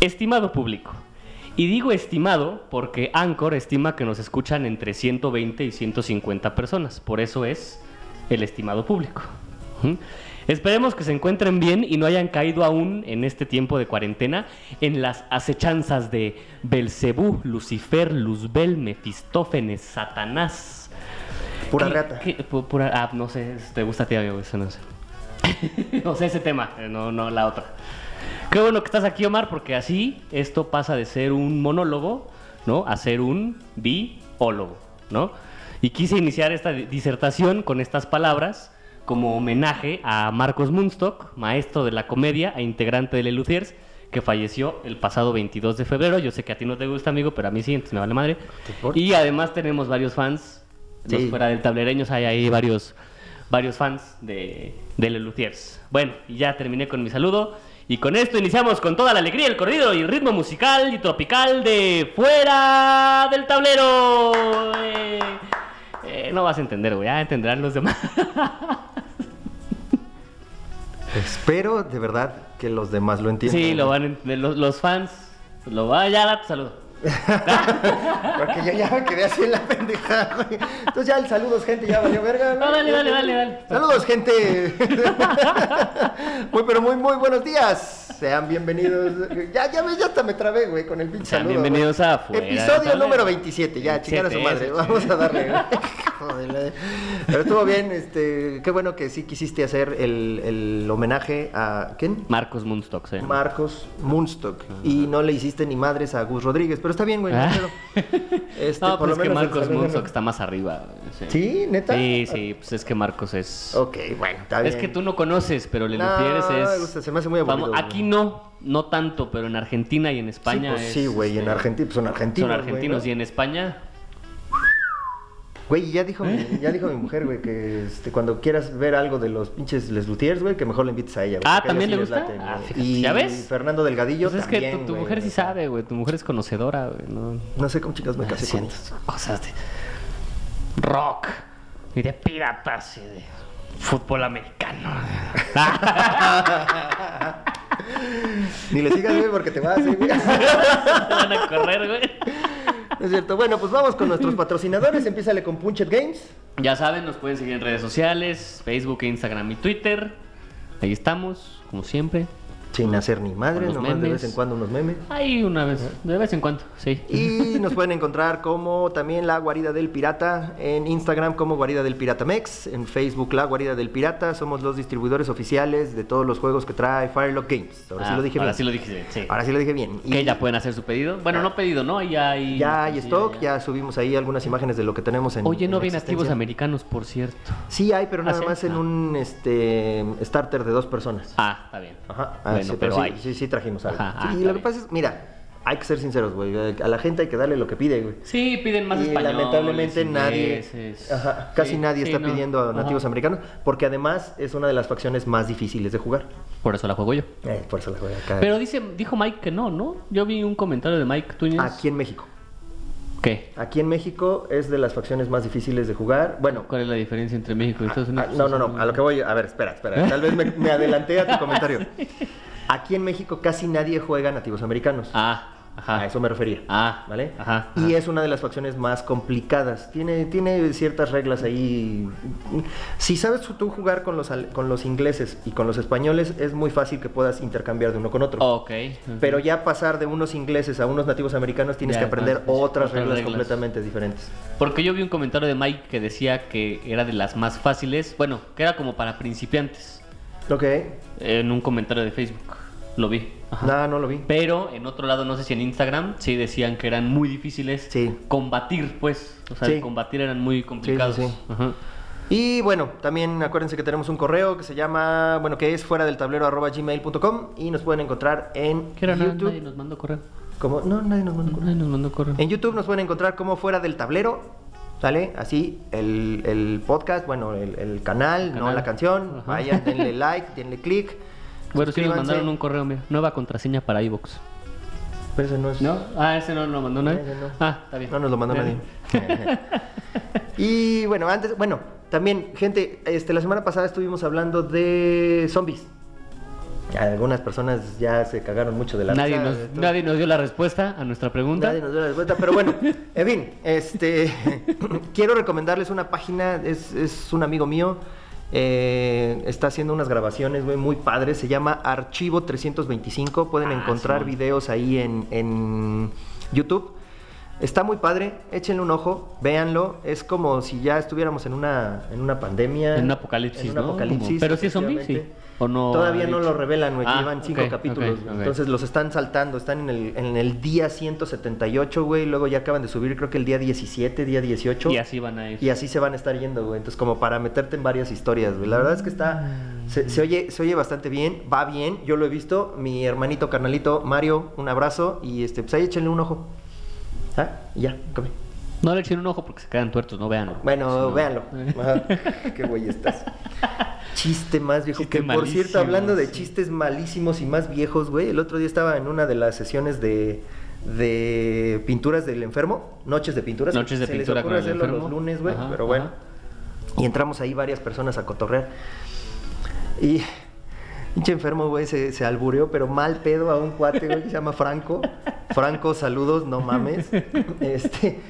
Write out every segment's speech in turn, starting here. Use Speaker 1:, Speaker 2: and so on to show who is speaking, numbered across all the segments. Speaker 1: Estimado público, y digo estimado porque Anchor estima que nos escuchan entre 120 y 150 personas, por eso es el estimado público. ¿Mm? Esperemos que se encuentren bien y no hayan caído aún en este tiempo de cuarentena en las acechanzas de Belcebú, Lucifer, Luzbel, Mefistófenes, Satanás.
Speaker 2: Pura
Speaker 1: ¿Qué-
Speaker 2: rata.
Speaker 1: qué- pu- pura- ah, no sé, te gusta a ti, amigo, eso no sé. no sé ese tema, eh, no, no la otra. Qué bueno que estás aquí, Omar, porque así esto pasa de ser un monólogo, ¿no? A ser un biólogo, ¿no? Y quise iniciar esta di- disertación con estas palabras como homenaje a Marcos Munstock, maestro de la comedia e integrante de Le Luthiers, que falleció el pasado 22 de febrero. Yo sé que a ti no te gusta, amigo, pero a mí sí, entonces me vale madre.
Speaker 2: importa?
Speaker 1: Y además tenemos varios fans, los
Speaker 2: Sí.
Speaker 1: fuera del tablereños hay ahí varios, varios fans de, de Le Luthiers. Bueno, y ya terminé con mi saludo. Y con esto iniciamos con toda la alegría, el corrido y el ritmo musical y tropical de Fuera del Tablero. Eh, eh, no vas a entender, güey. Ya entenderán los demás.
Speaker 2: Espero de verdad que los demás lo entiendan.
Speaker 1: Sí, lo van a entender. Los, los fans. Lo va, ya da tu saludo.
Speaker 2: Porque yo ya me quedé así en la pendejada, güey. Entonces ya el saludos, gente, ya valió verga.
Speaker 1: No, dale, dale, dale, dale.
Speaker 2: Saludos, gente. muy, pero muy, muy buenos días. Sean bienvenidos. Ya, ya, ves, ya hasta me trabé, güey, con el pinche
Speaker 1: Sean
Speaker 2: saludo,
Speaker 1: bienvenidos
Speaker 2: güey.
Speaker 1: a Fuera de
Speaker 2: Episodio
Speaker 1: Tablero.
Speaker 2: número 27. Ya, chingar a su
Speaker 1: 27,
Speaker 2: madre.
Speaker 1: sí.
Speaker 2: Vamos a darle, güey. Joder, la- Pero estuvo bien, este, qué bueno que sí quisiste hacer el, el homenaje a... ¿Quién?
Speaker 1: Marcos eh. Moonstock, se llama.
Speaker 2: Marcos Munstock. Y no le hiciste ni madres a Gus Rodríguez, pero está bien, güey. no
Speaker 1: Ah.
Speaker 2: hay pedo. Este,
Speaker 1: no, pues es que
Speaker 2: menos el
Speaker 1: Marcos
Speaker 2: saludo,
Speaker 1: Munstock
Speaker 2: ¿no?
Speaker 1: está más arriba. güey,
Speaker 2: ¿Sí? ¿Neta?
Speaker 1: Sí, sí, pues es que Marcos es.
Speaker 2: Ok, bueno, está bien.
Speaker 1: Es que tú no conoces, pero Le
Speaker 2: No,
Speaker 1: Luthiers
Speaker 2: no me
Speaker 1: es.
Speaker 2: gusta, se me hace muy aburrido,
Speaker 1: Famo-
Speaker 2: güey.
Speaker 1: Aquí no, no tanto, pero en Argentina y en España.
Speaker 2: Sí, pues
Speaker 1: es,
Speaker 2: sí, güey, en
Speaker 1: este,
Speaker 2: Argentina, pues son argentinos.
Speaker 1: Son argentinos
Speaker 2: güey,
Speaker 1: y en España.
Speaker 2: ¿no? Güey, ya dijo,
Speaker 1: ¿Eh?
Speaker 2: mi- ya dijo mi mujer, güey, que este, cuando quieras ver algo de los pinches Les Luthiers, güey, que mejor le invites a ella. güey,
Speaker 1: Ah,
Speaker 2: porque a ella
Speaker 1: ¿también le
Speaker 2: les
Speaker 1: gusta?
Speaker 2: güey.
Speaker 1: Ah, fíjate,
Speaker 2: y
Speaker 1: ¿ya ves?
Speaker 2: Fernando Delgadillo
Speaker 1: Pues es que
Speaker 2: también,
Speaker 1: tu, tu
Speaker 2: güey,
Speaker 1: mujer sí
Speaker 2: o sea,
Speaker 1: sabe, Ah, güey. Tu mujer es conocedora, güey. No,
Speaker 2: No sé cómo chicas me casé con
Speaker 1: Hacían cosas de rock y de piratas y de fútbol americano.
Speaker 2: Ni le sigas, güey, porque te vas, eh, güey.
Speaker 1: Van a correr, güey.
Speaker 2: No Es cierto. Bueno, pues vamos con nuestros patrocinadores. Empiezale con Punchet Games.
Speaker 1: Ya saben, nos pueden seguir en redes sociales, Facebook, Instagram y Twitter. Ahí estamos, como siempre.
Speaker 2: Sin hacer ni madre,
Speaker 1: Unos
Speaker 2: nomás de
Speaker 1: memes.
Speaker 2: vez en cuando unos memes.
Speaker 1: Ahí una vez, de vez en cuando, sí.
Speaker 2: Y nos pueden encontrar como también La Guarida del Pirata en Instagram como Guarida del Pirata Mex, en Facebook La Guarida del Pirata. Somos los distribuidores oficiales de todos los juegos que trae Firelock Games. Ahora sí
Speaker 1: Ah,
Speaker 2: lo dije
Speaker 1: ahora
Speaker 2: bien.
Speaker 1: sí lo dije, sí.
Speaker 2: Ahora sí lo dije bien. Y
Speaker 1: Que ya pues. pueden hacer su pedido. Bueno, no pedido, ¿no? Ahí ya hay.
Speaker 2: ya hay
Speaker 1: sí,
Speaker 2: stock,
Speaker 1: ya.
Speaker 2: ya. subimos ahí algunas imágenes de lo que tenemos en
Speaker 1: Oye, no
Speaker 2: en
Speaker 1: vi nativos
Speaker 2: existencia.
Speaker 1: americanos, por cierto.
Speaker 2: Sí hay, pero
Speaker 1: Ah,
Speaker 2: nada
Speaker 1: ¿sí?
Speaker 2: más en
Speaker 1: Ah.
Speaker 2: un este starter de dos personas.
Speaker 1: Ah, está bien.
Speaker 2: Ajá, ah,
Speaker 1: bueno,
Speaker 2: sí,
Speaker 1: pero,
Speaker 2: sí,
Speaker 1: hay.
Speaker 2: sí, sí trajimos algo.
Speaker 1: Ajá, ah,
Speaker 2: Sí, y
Speaker 1: está
Speaker 2: lo que
Speaker 1: bien.
Speaker 2: pasa es, mira, hay que ser sinceros, güey. A la gente hay que darle lo que pide, güey.
Speaker 1: Sí, piden más
Speaker 2: y
Speaker 1: español.
Speaker 2: lamentablemente nadie, ajá, casi nadie está pidiendo a nativos americanos, porque además es una de las facciones más difíciles de jugar.
Speaker 1: Por eso la juego yo.
Speaker 2: Eh, por eso la juego acá.
Speaker 1: Pero dice, dijo Mike que no, ¿no? Yo vi un comentario de Mike Túñez.
Speaker 2: aquí en México.
Speaker 1: ¿Qué?
Speaker 2: Aquí en México es de las facciones más difíciles de jugar. Bueno,
Speaker 1: ¿Cuál es la diferencia entre México y Estados
Speaker 2: Ah,
Speaker 1: Unidos?
Speaker 2: no, no, no, a lo que voy, a ver, espera, espera, tal vez me, me adelanté a tu comentario. Aquí en México casi nadie juega nativos americanos.
Speaker 1: Ah, ajá.
Speaker 2: A eso me refería.
Speaker 1: Ah,
Speaker 2: ¿Vale?
Speaker 1: Ajá.
Speaker 2: Y es una de las facciones más complicadas. Tiene, tiene ciertas reglas ahí. Si sabes tú jugar con los, al- con los ingleses y con los españoles, es muy fácil que puedas intercambiar de uno con otro.
Speaker 1: Ok.
Speaker 2: Pero ya pasar de unos ingleses a unos nativos americanos tienes
Speaker 1: Ya,
Speaker 2: que aprender
Speaker 1: es más difícil.
Speaker 2: otras
Speaker 1: Otras
Speaker 2: reglas,
Speaker 1: reglas.
Speaker 2: completamente diferentes.
Speaker 1: Porque yo vi un comentario de Mike que decía que era de las más fáciles. Bueno, que era como para principiantes.
Speaker 2: Ok.
Speaker 1: En un comentario de Facebook. Lo vi. Ajá.
Speaker 2: No, no lo vi.
Speaker 1: Pero en otro lado, no sé si en Instagram, sí decían que eran muy difíciles
Speaker 2: Sí.
Speaker 1: combatir, pues. O sea,
Speaker 2: Sí.
Speaker 1: el combatir eran muy complicados.
Speaker 2: sí.
Speaker 1: Ajá.
Speaker 2: Y bueno, también acuérdense que tenemos un correo que se llama, bueno, que es fuera del tablero arroba gmail.com y nos pueden encontrar en
Speaker 1: Que era nada,
Speaker 2: YouTube.
Speaker 1: nadie nos mandó correo.
Speaker 2: como, no, nadie nos manda correo.
Speaker 1: Nadie nos mandó correo.
Speaker 2: En YouTube nos pueden encontrar como fuera del tablero. ¿Sale? Así, el, el podcast, bueno, el, el canal, no
Speaker 1: Canal.
Speaker 2: la canción.
Speaker 1: Ajá.
Speaker 2: Vayan, denle like, denle click.
Speaker 1: Bueno, sí nos
Speaker 2: suscríbanse.
Speaker 1: mandaron un correo, mira. Nueva contraseña para iVoox.
Speaker 2: Pero ese no es.
Speaker 1: ¿No? Ah, ese no lo mandó nadie.
Speaker 2: Ese no.
Speaker 1: Ah, está bien.
Speaker 2: No nos lo mandó nadie. y bueno, antes, bueno, También, gente, este, la semana pasada estuvimos hablando de zombies. Algunas personas ya se cagaron mucho de la
Speaker 1: Nadie
Speaker 2: risa,
Speaker 1: nos,
Speaker 2: entonces-
Speaker 1: nadie nos dio la respuesta a nuestra pregunta.
Speaker 2: Nadie nos dio la respuesta, pero bueno, en fin, este, quiero recomendarles una página, es, es un amigo mío, eh, está haciendo unas grabaciones, güey, muy padres, se llama Archivo 325, pueden
Speaker 1: Ah,
Speaker 2: encontrar
Speaker 1: sí.
Speaker 2: videos ahí en, en YouTube. Está muy padre, échenle un ojo, véanlo, es como si ya estuviéramos en una, en una pandemia.
Speaker 1: En un apocalipsis,
Speaker 2: en un
Speaker 1: ¿no?
Speaker 2: apocalipsis,
Speaker 1: Como- pero sí es zombie, sí.
Speaker 2: efectivamente.
Speaker 1: ¿O no
Speaker 2: Todavía
Speaker 1: han
Speaker 2: no
Speaker 1: dicho?
Speaker 2: lo revelan, güey,
Speaker 1: Ah,
Speaker 2: llevan cinco
Speaker 1: ok,
Speaker 2: capítulos.
Speaker 1: ok, ok.
Speaker 2: Entonces los están saltando, están en el, en el día 178, güey, luego ya acaban de subir creo que el día 17, día 18.
Speaker 1: Y así van a ir.
Speaker 2: Y así se van a estar yendo, güey. Entonces como para meterte en varias historias, güey. La verdad es que está... Se, se oye, se oye bastante bien, va bien, yo lo he visto. Mi hermanito carnalito Mario, un abrazo y este, pues ahí échenle un ojo. Ah, y ya, come.
Speaker 1: No le echen un ojo porque se quedan tuertos, no vean.
Speaker 2: Bueno,
Speaker 1: Sí, no.
Speaker 2: véanlo. Ajá. Qué güey estás. Chiste más viejo.
Speaker 1: Chiste
Speaker 2: que por cierto,
Speaker 1: malísimo,
Speaker 2: hablando de
Speaker 1: sí.
Speaker 2: chistes malísimos y más viejos, güey. El otro día estaba en una de las sesiones de, de pinturas del enfermo. Noches de pinturas.
Speaker 1: Noches de
Speaker 2: Se les
Speaker 1: pintura
Speaker 2: ocurre
Speaker 1: con el
Speaker 2: hacerlo los
Speaker 1: enfermo.
Speaker 2: lunes, güey.
Speaker 1: Ajá,
Speaker 2: Pero bueno.
Speaker 1: ajá.
Speaker 2: Y entramos ahí varias personas a cotorrear. Y pinche enfermo, güey, se, se albureó, pero mal pedo a un cuate, güey, que se llama Franco. Franco, saludos, no mames. Este,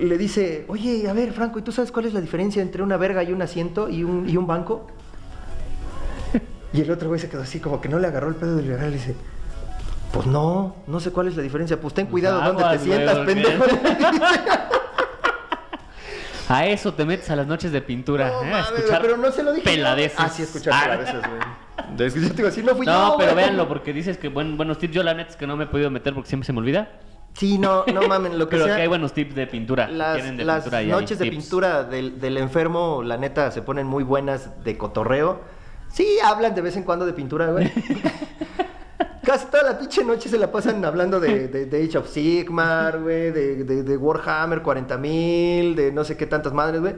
Speaker 2: le dice, oye, a ver, Franco, ¿y tú sabes cuál es la diferencia entre una verga y un asiento y un, y un banco? Y el otro güey se quedó así, como que no le agarró el pedo del legal, le dice... Pues no, no sé cuál es la diferencia. Pues ten cuidado donde
Speaker 1: aguas,
Speaker 2: te
Speaker 1: güey,
Speaker 2: sientas,
Speaker 1: porque-
Speaker 2: pendejo.
Speaker 1: A eso te metes a las noches de pintura.
Speaker 2: No,
Speaker 1: ¿eh? A
Speaker 2: mames, güey,
Speaker 1: escuchar
Speaker 2: pero no se lo dije.
Speaker 1: Peladeces.
Speaker 2: Ah, sí, escuchar
Speaker 1: Ah.
Speaker 2: peladeces, güey. Es que yo te digo, así no fui yo,
Speaker 1: No, pero
Speaker 2: güey.
Speaker 1: véanlo porque dices que buen- buenos tips. Yo la neta es que no me he podido meter porque siempre se me olvida.
Speaker 2: Sí, no, no mamen, lo que
Speaker 1: Pero
Speaker 2: sea.
Speaker 1: que hay buenos tips de pintura. si
Speaker 2: las
Speaker 1: quieren de
Speaker 2: las
Speaker 1: pintura, ahí hay
Speaker 2: noches de
Speaker 1: tips.
Speaker 2: pintura del, del enfermo, la neta, se ponen muy buenas de cotorreo. Sí, hablan de vez en cuando de pintura, güey. Casi toda la pinche noche se la pasan hablando de, de, de Age of Sigmar, güey, de, de- de Warhammer 40.000, de no sé qué tantas madres, güey.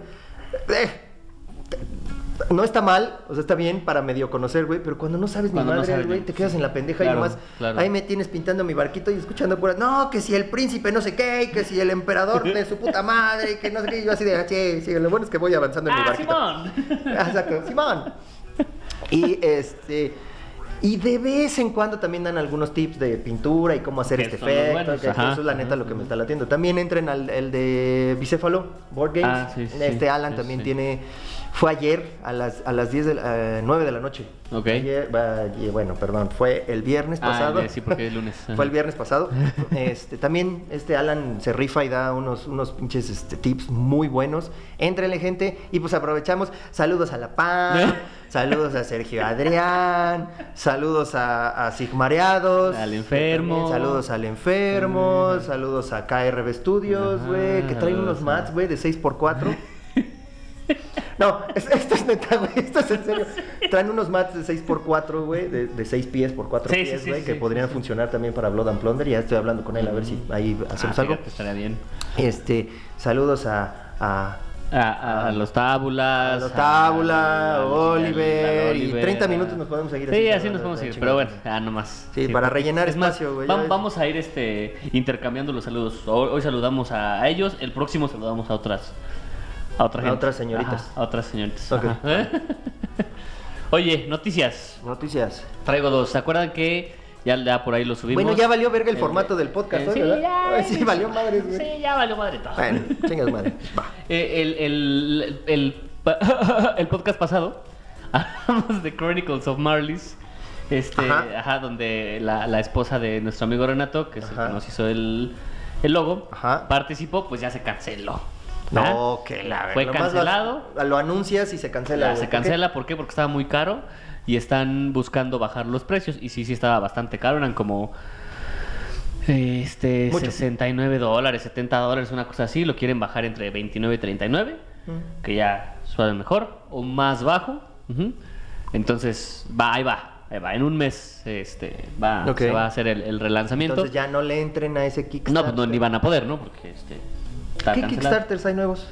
Speaker 2: Eh, no está mal, o sea, está bien para medio conocer, güey, pero cuando no sabes
Speaker 1: Cuando
Speaker 2: ni
Speaker 1: no
Speaker 2: madre,
Speaker 1: sabes
Speaker 2: güey,
Speaker 1: ni-
Speaker 2: te quedas en la pendeja y
Speaker 1: Claro,
Speaker 2: nomás
Speaker 1: claro.
Speaker 2: ahí me tienes pintando mi barquito y escuchando pura, no, que si el príncipe no sé qué, y que si el emperador de su puta madre, y que no sé qué, y yo así de, "Ah, sí, sí, lo bueno es que voy avanzando en mi
Speaker 1: ¡Ah,
Speaker 2: barquito.
Speaker 1: Simón!
Speaker 2: Ah, Exacto, Simón. Y este. Y de vez en cuando también dan algunos tips de pintura y cómo hacer
Speaker 1: Que
Speaker 2: este
Speaker 1: son los
Speaker 2: efecto.
Speaker 1: buenos,
Speaker 2: que
Speaker 1: ajá,
Speaker 2: eso es la neta
Speaker 1: ajá,
Speaker 2: lo que me
Speaker 1: ajá.
Speaker 2: está latiendo. También entren al el de Bicéfalo, Board Games.
Speaker 1: Ah, sí, sí,
Speaker 2: este
Speaker 1: sí,
Speaker 2: Alan
Speaker 1: sí,
Speaker 2: también
Speaker 1: sí.
Speaker 2: tiene. Fue ayer a las, a las 10 de la- eh, 9 de la noche.
Speaker 1: Ok.
Speaker 2: Ayer, va- y bueno, perdón, fue el viernes
Speaker 1: Ah,
Speaker 2: pasado.
Speaker 1: ya, sí, porque es lunes.
Speaker 2: Fue el viernes pasado. Este, también este Alan se rifa y da unos, unos pinches este, tips muy buenos. Éntrenle, gente. Y pues aprovechamos. Saludos a La Paz. Saludos a Sergio Adrián. Saludos a, a Sigmareados.
Speaker 1: Al enfermo.
Speaker 2: saludos al enfermo. Saludos a KRB Studios,
Speaker 1: Ajá,
Speaker 2: güey. Que traen unos
Speaker 1: saludos a-
Speaker 2: mats, güey, de 6x4. No, es- esto es neta, güey. Esto es en serio. Traen unos mats de 6x4, güey. De, de 6 pies por 4
Speaker 1: Sí, sí,
Speaker 2: pies,
Speaker 1: sí,
Speaker 2: güey.
Speaker 1: sí,
Speaker 2: que
Speaker 1: sí,
Speaker 2: podrían
Speaker 1: sí.
Speaker 2: funcionar también para Blood and Plunder. Ya estoy hablando con él a ver si ahí hacemos
Speaker 1: Ah,
Speaker 2: algo.
Speaker 1: fíjate, estaría bien.
Speaker 2: Este, saludos a. a
Speaker 1: A, a- a los tábulas.
Speaker 2: a Ah, los Tábula,
Speaker 1: a- a- a-
Speaker 2: Oliver,
Speaker 1: a- a-
Speaker 2: y 30 minutos nos podemos seguir así,
Speaker 1: Sí, así nos
Speaker 2: la-
Speaker 1: podemos
Speaker 2: la
Speaker 1: seguir,
Speaker 2: chingada.
Speaker 1: pero bueno, ah, nomás.
Speaker 2: Sí, para rellenar
Speaker 1: es más,
Speaker 2: espacio, güey,
Speaker 1: vam-
Speaker 2: ya ves.
Speaker 1: vamos a ir este intercambiando los saludos. Hoy, hoy saludamos a ellos, el próximo saludamos a otras a, otra
Speaker 2: A
Speaker 1: gente.
Speaker 2: otras señoritas.
Speaker 1: Ajá, a otras señoritas.
Speaker 2: Ok.
Speaker 1: ajá. Oye, noticias.
Speaker 2: Noticias.
Speaker 1: Traigo dos. ¿Se acuerdan que ya, ya por ahí lo subimos?
Speaker 2: Bueno, ya valió verga el
Speaker 1: Eh,
Speaker 2: formato del podcast,
Speaker 1: eh,
Speaker 2: hoy,
Speaker 1: sí,
Speaker 2: ¿verdad?
Speaker 1: ya,
Speaker 2: Ay, sí, valió madres, güey.
Speaker 1: Sí, ya valió madre todo.
Speaker 2: Bueno, chingas madre. Va.
Speaker 1: Eh, el, el, el, pa- el podcast pasado hablamos de Chronicles of Marlies. Este,
Speaker 2: Ajá.
Speaker 1: ajá. donde la, la esposa de nuestro amigo Renato, que es el
Speaker 2: Ajá.
Speaker 1: que nos hizo el, el logo,
Speaker 2: Ajá.
Speaker 1: participó, pues ya se canceló. ¿Ah?
Speaker 2: No,
Speaker 1: Ajá.
Speaker 2: que la
Speaker 1: Fue
Speaker 2: lo más vas-
Speaker 1: cancelado.
Speaker 2: Lo anuncias y se
Speaker 1: Ya
Speaker 2: cancela. güey.
Speaker 1: se
Speaker 2: ¿Por qué?
Speaker 1: cancela, ¿por qué? Porque estaba muy caro y están buscando bajar los precios. Y sí, sí estaba bastante caro, eran como este,
Speaker 2: Mucho.
Speaker 1: 69 dólares, 70 dólares, una cosa así. Lo quieren bajar entre 29 y 39,
Speaker 2: Mm.
Speaker 1: que ya suena mejor, o más bajo. Ujú. Entonces, va, ahí va, ahí va. En un mes este, va,
Speaker 2: Ok.
Speaker 1: se va a hacer el, el relanzamiento.
Speaker 2: Entonces ya no le entren a ese Kickstarter.
Speaker 1: No, pues no, ni van a poder, ¿no? Porque este, está
Speaker 2: ¿Qué
Speaker 1: cancelado.
Speaker 2: Kickstarters hay nuevos?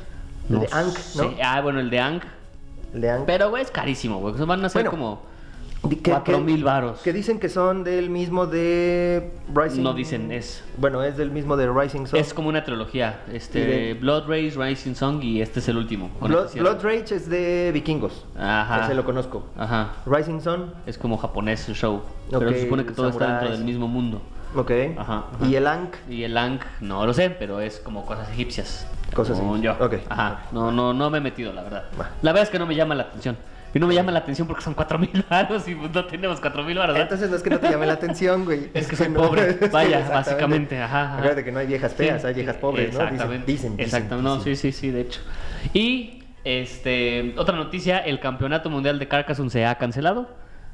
Speaker 2: El
Speaker 1: No
Speaker 2: de Ank, ¿no?
Speaker 1: sé. Ah, bueno, el de Ank.
Speaker 2: El de Ank.
Speaker 1: Pero, güey, es carísimo, güey. Van a ser
Speaker 2: Bueno,
Speaker 1: como...
Speaker 2: Di- que-
Speaker 1: Cuatro
Speaker 2: que-
Speaker 1: mil varos.
Speaker 2: Que dicen que son del mismo de Rising.
Speaker 1: No dicen es.
Speaker 2: Bueno, es del mismo de Rising Sun.
Speaker 1: Es como una trilogía. Este,
Speaker 2: Y de-
Speaker 1: Blood Rage, Rising Song y este es el último. con
Speaker 2: Blood,
Speaker 1: este cierre.
Speaker 2: Blood Rage es de vikingos.
Speaker 1: Ajá. Ah.
Speaker 2: Ese lo conozco.
Speaker 1: Ajá.
Speaker 2: Rising Sun.
Speaker 1: Es como japonés el show.
Speaker 2: Ok,
Speaker 1: pero se supone que todo está dentro
Speaker 2: samuráis.
Speaker 1: del mismo mundo.
Speaker 2: Ok.
Speaker 1: Ajá, ajá.
Speaker 2: Y el Ankh.
Speaker 1: Y el Ankh, no lo sé, pero es como cosas egipcias.
Speaker 2: Cosas
Speaker 1: Según
Speaker 2: egipcias.
Speaker 1: yo.
Speaker 2: Ok.
Speaker 1: Ajá. No, no, no me he metido, la verdad.
Speaker 2: Va.
Speaker 1: La verdad es que no me llama la atención. Y no me llama la atención porque son cuatro mil varos y pues, no tenemos cuatro mil varos. ¿eh? ¿verdad?
Speaker 2: Entonces no es que no te llame la atención, güey.
Speaker 1: Es que soy
Speaker 2: no-
Speaker 1: pobre,
Speaker 2: Sí,
Speaker 1: vaya,
Speaker 2: exactamente.
Speaker 1: básicamente, ajá, ajá.
Speaker 2: Acuérdate que no hay viejas feas,
Speaker 1: Sí,
Speaker 2: hay viejas pobres, ¿no? Dicen-
Speaker 1: Exactamente.
Speaker 2: Dicen, dicen.
Speaker 1: Exactamente. No,
Speaker 2: dicen.
Speaker 1: sí, sí, sí, de hecho. Y este, otra noticia, el Campeonato Mundial de Carcassonne se ha cancelado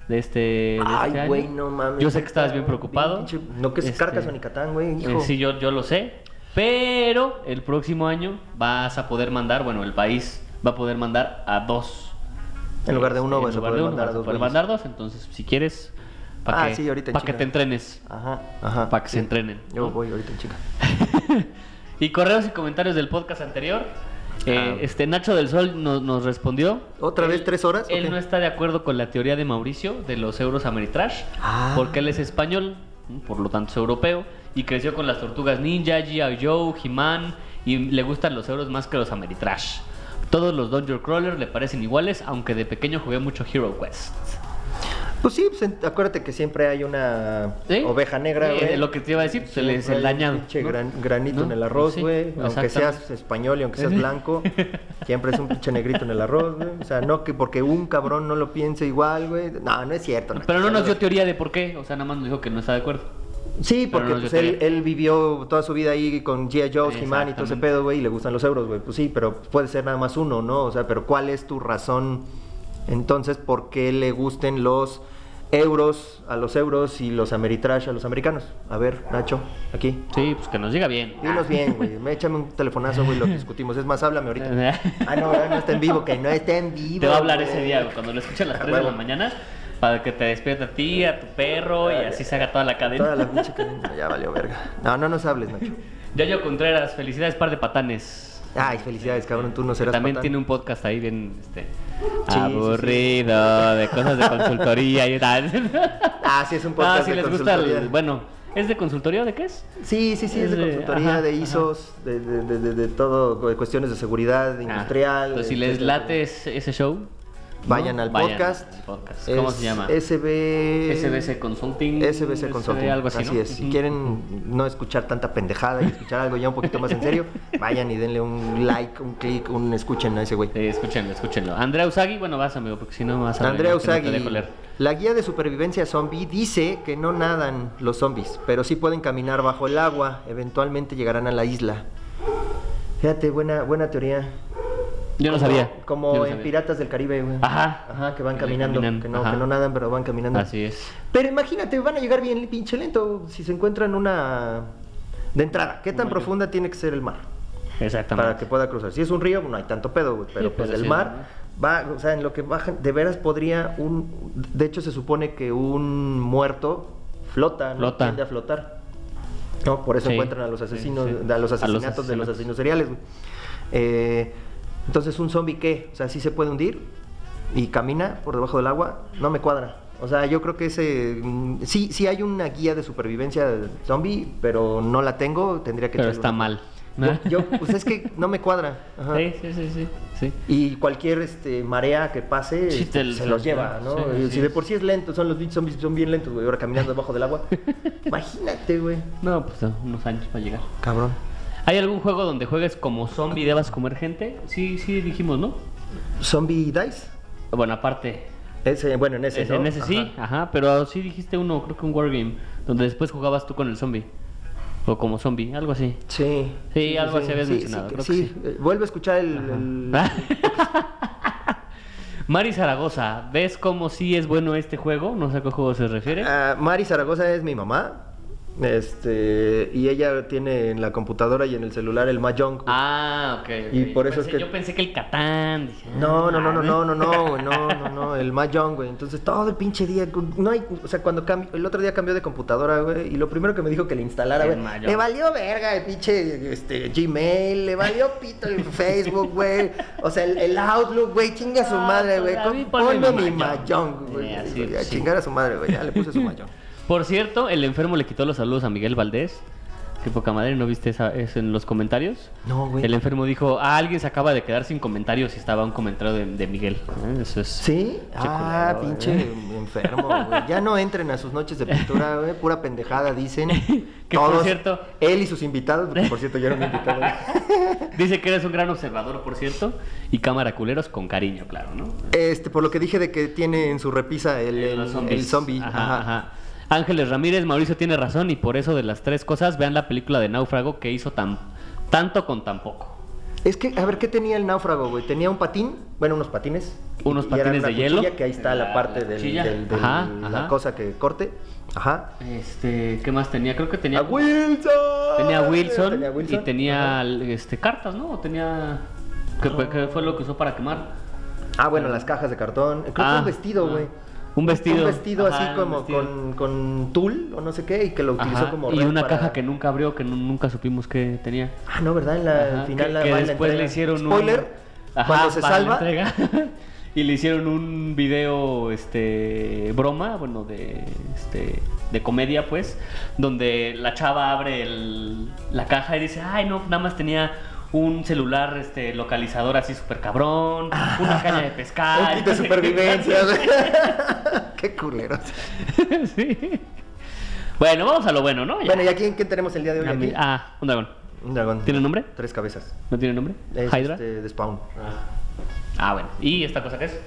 Speaker 1: de este de este
Speaker 2: Ay,
Speaker 1: año.
Speaker 2: güey, no mames.
Speaker 1: Yo sé que estabas bien preocupado.
Speaker 2: Pinche- No, que es
Speaker 1: Este,
Speaker 2: Carcassonne y Catán, güey, hijo.
Speaker 1: eh, sí, yo, yo lo sé. Pero el próximo año vas a poder mandar, bueno, el país va a poder mandar a dos.
Speaker 2: En lugar de uno
Speaker 1: En
Speaker 2: vas a
Speaker 1: lugar
Speaker 2: poder
Speaker 1: de uno
Speaker 2: mandar a
Speaker 1: vas
Speaker 2: dos
Speaker 1: poder
Speaker 2: güeyes.
Speaker 1: mandar dos, entonces si quieres, para
Speaker 2: Ah,
Speaker 1: que,
Speaker 2: sí, ahorita en
Speaker 1: pa' que
Speaker 2: chinga.
Speaker 1: te entrenes.
Speaker 2: Ajá, ajá.
Speaker 1: Para que se
Speaker 2: Sí.
Speaker 1: entrenen,
Speaker 2: Yo
Speaker 1: ¿no?
Speaker 2: voy ahorita en chica.
Speaker 1: Y correos y comentarios del podcast anterior. Eh,
Speaker 2: Ah.
Speaker 1: Este Nacho del Sol nos, nos respondió.
Speaker 2: ¿Otra vez tres horas?
Speaker 1: Él
Speaker 2: Ok.
Speaker 1: no está de acuerdo con la teoría de Mauricio de los euros Ameritrash,
Speaker 2: Ah.
Speaker 1: porque él es español, por lo tanto es europeo, y creció con las tortugas ninja, G.I. Joe, He-Man, y le gustan los euros más que los Ameritrash. Todos los Dungeon Crawler le parecen iguales, aunque de pequeño jugué mucho Hero Quest.
Speaker 2: Pues sí, pues, en- acuérdate que siempre hay una
Speaker 1: ¿Sí?
Speaker 2: oveja negra,
Speaker 1: Sí,
Speaker 2: güey.
Speaker 1: es lo que te iba a decir, pues, el- es el
Speaker 2: Siempre hay un
Speaker 1: dañado,
Speaker 2: pinche
Speaker 1: ¿no?
Speaker 2: gran- granito
Speaker 1: ¿No?
Speaker 2: en el arroz,
Speaker 1: Sí,
Speaker 2: güey. aunque seas
Speaker 1: exactamente.
Speaker 2: español y aunque seas blanco, siempre es un pinche negrito en el arroz, güey. O sea, no que porque un cabrón no lo piense igual, güey. No, no es cierto.
Speaker 1: Pero no nos dio teoría de por qué, o sea, nada más nos dijo que no está de acuerdo.
Speaker 2: Sí,
Speaker 1: pero
Speaker 2: porque
Speaker 1: no nos
Speaker 2: pues,
Speaker 1: dio
Speaker 2: él,
Speaker 1: teoría.
Speaker 2: él vivió toda su vida ahí con G.I. Joe, He-Man y todo ese
Speaker 1: Exactamente.
Speaker 2: pedo, güey, y le gustan los euros, güey. Pues sí, pero puede ser nada más uno, ¿no? O sea, pero ¿cuál es tu razón entonces por qué le gusten los euros a los euros y los ameritrash a los americanos? A ver, Nacho, aquí.
Speaker 1: Sí, pues que nos diga bien.
Speaker 2: Dinos bien, güey. Me- Échame un telefonazo, güey, lo discutimos. Es más, háblame ahorita. Ah, no, no está en vivo, que no está en vivo.
Speaker 1: Te va a hablar
Speaker 2: güey.
Speaker 1: ese día, güey, cuando lo escuches a las
Speaker 2: Ah,
Speaker 1: 3 de la
Speaker 2: huevo.
Speaker 1: mañana, para que te despierte a ti, a tu perro, y así se haga toda la cadena.
Speaker 2: Toda la pinche cadena, ya valió verga. No, no nos hables, Nacho.
Speaker 1: Yayo Contreras, felicidades, par de patanes.
Speaker 2: Ay, felicidades, Ah, cabrón, tú no serás
Speaker 1: También
Speaker 2: patán.
Speaker 1: tiene un podcast ahí bien este,
Speaker 2: sí, sí.
Speaker 1: aburrido de cosas de consultoría y tal.
Speaker 2: Ah, sí, es un
Speaker 1: Ah,
Speaker 2: podcast
Speaker 1: si
Speaker 2: de
Speaker 1: les gusta, el-
Speaker 2: consultoría.
Speaker 1: bueno, ¿es de consultoría o de qué es?
Speaker 2: Sí, sí, sí,
Speaker 1: Es
Speaker 2: es de
Speaker 1: de-
Speaker 2: consultoría,
Speaker 1: ajá,
Speaker 2: de
Speaker 1: ajá.
Speaker 2: ISOs, de, de, de- de- de todo, de cuestiones de seguridad
Speaker 1: Ah,
Speaker 2: industrial.
Speaker 1: entonces, si
Speaker 2: etcétera.
Speaker 1: les late ese ese show,
Speaker 2: Vayan
Speaker 1: ¿no?
Speaker 2: al podcast.
Speaker 1: al podcast. ¿Cómo
Speaker 2: Es
Speaker 1: se llama?
Speaker 2: SB...
Speaker 1: SBC Consulting.
Speaker 2: SBC Consulting.
Speaker 1: algo así, ¿no?
Speaker 2: es. Si
Speaker 1: Ujú.
Speaker 2: quieren no escuchar tanta pendejada y escuchar algo ya un poquito más en serio, vayan y denle un like, un clic, un escuchen a ese güey.
Speaker 1: Eh, escúchenlo, escúchenlo. Andrea Usagi, bueno, vas, amigo, porque si no me vas a
Speaker 2: Andrea
Speaker 1: regañar que
Speaker 2: Usagi.
Speaker 1: no te dejo leer.
Speaker 2: La guía de supervivencia zombie dice que no nadan los zombies, pero sí pueden caminar bajo el agua. Eventualmente llegarán a la isla. Fíjate, buena, buena teoría.
Speaker 1: Yo no
Speaker 2: Como-
Speaker 1: sabía.
Speaker 2: Como
Speaker 1: yo no
Speaker 2: en
Speaker 1: sabía.
Speaker 2: Piratas del Caribe, güey.
Speaker 1: Ajá.
Speaker 2: Ajá, que van
Speaker 1: Que le
Speaker 2: caminando.
Speaker 1: caminan,
Speaker 2: Que, no,
Speaker 1: ajá. Ah,
Speaker 2: que no nadan, pero van caminando.
Speaker 1: Así es.
Speaker 2: Pero imagínate, van a llegar bien pinche lento si se encuentran una. De entrada, ¿qué tan
Speaker 1: Bueno.
Speaker 2: profunda tiene que ser el mar?
Speaker 1: Exactamente.
Speaker 2: Para que pueda cruzar. Si es un río, no hay tanto pedo, güey. Pero
Speaker 1: Sí,
Speaker 2: pues
Speaker 1: pero
Speaker 2: el
Speaker 1: sí,
Speaker 2: mar, va, o sea, en lo que bajan, de veras podría un. De hecho, se supone que un muerto flota, ¿no?
Speaker 1: Flota.
Speaker 2: Tiende a flotar. No, por eso
Speaker 1: Sí,
Speaker 2: encuentran a los asesinos,
Speaker 1: sí, sí.
Speaker 2: a los
Speaker 1: A los
Speaker 2: asesinatos de
Speaker 1: asesinatos.
Speaker 2: los asesinos seriales, güey. Eh, entonces, ¿un zombie qué? O sea, sí se puede hundir y camina por debajo del agua, no me cuadra. O sea, yo creo que ese. mm, Sí, sí hay una guía de supervivencia zombie, pero no la tengo, tendría que
Speaker 1: Pero
Speaker 2: echarle
Speaker 1: está
Speaker 2: un-
Speaker 1: mal.
Speaker 2: yo, yo, pues es que no me cuadra. Ajá.
Speaker 1: Sí, sí, sí, sí. sí.
Speaker 2: Y cualquier este, marea que pase
Speaker 1: Sí,
Speaker 2: este,
Speaker 1: te-
Speaker 2: se los lleva, ¿no?
Speaker 1: sí,
Speaker 2: Y
Speaker 1: así
Speaker 2: si de
Speaker 1: es.
Speaker 2: por sí es lento, son los bichos zombies son bien lentos, güey, ahora caminando debajo del agua. Imagínate, güey.
Speaker 1: No, pues no, unos años para llegar.
Speaker 2: Cabrón.
Speaker 1: ¿Hay algún juego donde juegues como zombie y debas comer gente? Sí, sí, dijimos, ¿no?
Speaker 2: Zombie Dice.
Speaker 1: Bueno, aparte.
Speaker 2: Ese, bueno, en ese,
Speaker 1: es-
Speaker 2: ¿no?
Speaker 1: En ese sí,
Speaker 2: Ajá.
Speaker 1: ajá. Pero sí dijiste uno, creo que un wargame, donde después jugabas tú con el zombie. O como zombie, algo así.
Speaker 2: Sí.
Speaker 1: Sí, algo así habías mencionado,
Speaker 2: Sí,
Speaker 1: creo que
Speaker 2: sí.
Speaker 1: sí. Ah,
Speaker 2: Eh, Vuelve a escuchar el... el-
Speaker 1: Mari Zaragoza, ¿ves cómo sí es bueno este juego? No sé a qué juego se refiere.
Speaker 2: Ah, Mari Zaragoza es mi mamá. Este, y ella tiene en la computadora y en el celular el Mahjong.
Speaker 1: Ah, ok. ok.
Speaker 2: Y por
Speaker 1: Yo
Speaker 2: eso es
Speaker 1: pensé-
Speaker 2: que-
Speaker 1: Yo pensé que el Catán. dije, ah, ¿eh?
Speaker 2: No, no, no, no,
Speaker 1: madre.
Speaker 2: no, no, no, güey, no, no, no, el Mahjong, güey. Entonces todo el pinche día, güey, no hay, o sea, cuando cambió, el otro día cambió de computadora, güey, y lo primero que me dijo que le instalara,
Speaker 1: El
Speaker 2: güey,
Speaker 1: Mahjong.
Speaker 2: le valió verga el pinche, este, Gmail, le valió pito el Facebook, güey, o sea, el, el Outlook, güey, chinga a su
Speaker 1: Ah,
Speaker 2: madre,
Speaker 1: pues,
Speaker 2: güey,
Speaker 1: a mí
Speaker 2: con-
Speaker 1: ponme
Speaker 2: ponme
Speaker 1: mi
Speaker 2: mi
Speaker 1: Mahjong.
Speaker 2: Mahjong, güey,
Speaker 1: Eh, así,
Speaker 2: digo, ya,
Speaker 1: sí.
Speaker 2: chingar a su madre, güey, ya le puse su Mahjong.
Speaker 1: Por cierto, el enfermo le quitó los saludos a Miguel Valdés. Qué poca madre, ¿no viste esa- eso en los comentarios?
Speaker 2: No, güey.
Speaker 1: El enfermo dijo, ah, alguien se acaba de quedar sin comentarios y estaba un comentario de, de Miguel. Eh, Eso es...
Speaker 2: ¿Sí?
Speaker 1: Che
Speaker 2: ah,
Speaker 1: culero,
Speaker 2: pinche
Speaker 1: eh.
Speaker 2: enfermo, güey. Ya no entren a sus noches de pintura, güey. Pura pendejada, dicen.
Speaker 1: Que, por cierto-
Speaker 2: Él y sus invitados, porque, por cierto, yo era un invitado.
Speaker 1: Dice que eres un gran observador, por cierto. Y cámara culeros con cariño, claro, ¿no?
Speaker 2: Este, por lo que dije de que tiene en su repisa el, el,
Speaker 1: Los zombies.
Speaker 2: el zombie.
Speaker 1: Ajá,
Speaker 2: Ajá,
Speaker 1: ajá. Ángeles Ramírez, Mauricio tiene razón y por eso de las tres cosas vean la película de Náufrago que hizo tan tanto con tan poco.
Speaker 2: Es que, a ver, ¿qué tenía el náufrago, güey? Tenía un patín, bueno, unos patines.
Speaker 1: Unos
Speaker 2: y era
Speaker 1: patines
Speaker 2: una
Speaker 1: de hielo.
Speaker 2: cuchilla, Que ahí está la,
Speaker 1: La-
Speaker 2: parte
Speaker 1: la
Speaker 2: del,
Speaker 1: cuchilla.
Speaker 2: del- del-
Speaker 1: Ajá,
Speaker 2: la
Speaker 1: ajá.
Speaker 2: cosa que corte. Ajá.
Speaker 1: Este, ¿qué más tenía? Creo que tenía
Speaker 2: ¡A Wilson!
Speaker 1: tenía Wilson,
Speaker 2: Tenía Wilson.
Speaker 1: y tenía este cartas, ¿no? O tenía que, fue- que fue lo que usó para quemar.
Speaker 2: Ah, bueno, las cajas de cartón. Creo que
Speaker 1: Ah,
Speaker 2: un vestido,
Speaker 1: ah.
Speaker 2: güey.
Speaker 1: Un vestido.
Speaker 2: Un vestido
Speaker 1: Ajá,
Speaker 2: así
Speaker 1: un
Speaker 2: como
Speaker 1: vestido.
Speaker 2: Con, con tul o no sé qué y que lo utilizó
Speaker 1: Ajá,
Speaker 2: como
Speaker 1: y
Speaker 2: red
Speaker 1: una
Speaker 2: para-
Speaker 1: caja que nunca abrió, que nu- nunca supimos que tenía.
Speaker 2: Ah, no, ¿verdad? En la
Speaker 1: Ajá,
Speaker 2: al final
Speaker 1: que,
Speaker 2: la
Speaker 1: que
Speaker 2: va en la
Speaker 1: después le
Speaker 2: entrega.
Speaker 1: hicieron un-
Speaker 2: Spoiler,
Speaker 1: Ajá,
Speaker 2: cuando se
Speaker 1: para la
Speaker 2: salva...
Speaker 1: entrega. y le hicieron un video este broma, bueno, de este de comedia pues, donde la chava abre el- la caja y dice, "Ay, no, nada más tenía un celular este localizador así súper cabrón, una caña de pescar,
Speaker 2: Un kit de supervivencia. güey. qué culeros.
Speaker 1: Sí. Bueno, vamos a lo bueno, ¿no? Ya.
Speaker 2: Bueno, ¿y aquí quién tenemos el día de hoy?
Speaker 1: Ah,
Speaker 2: Aquí?
Speaker 1: mi- Ah, un dragón.
Speaker 2: Un dragón.
Speaker 1: ¿Tiene nombre?
Speaker 2: Tres cabezas.
Speaker 1: ¿No tiene nombre?
Speaker 2: Es,
Speaker 1: Hydra.
Speaker 2: este, de Spawn.
Speaker 1: Ah, bueno. ¿Y esta cosa qué es?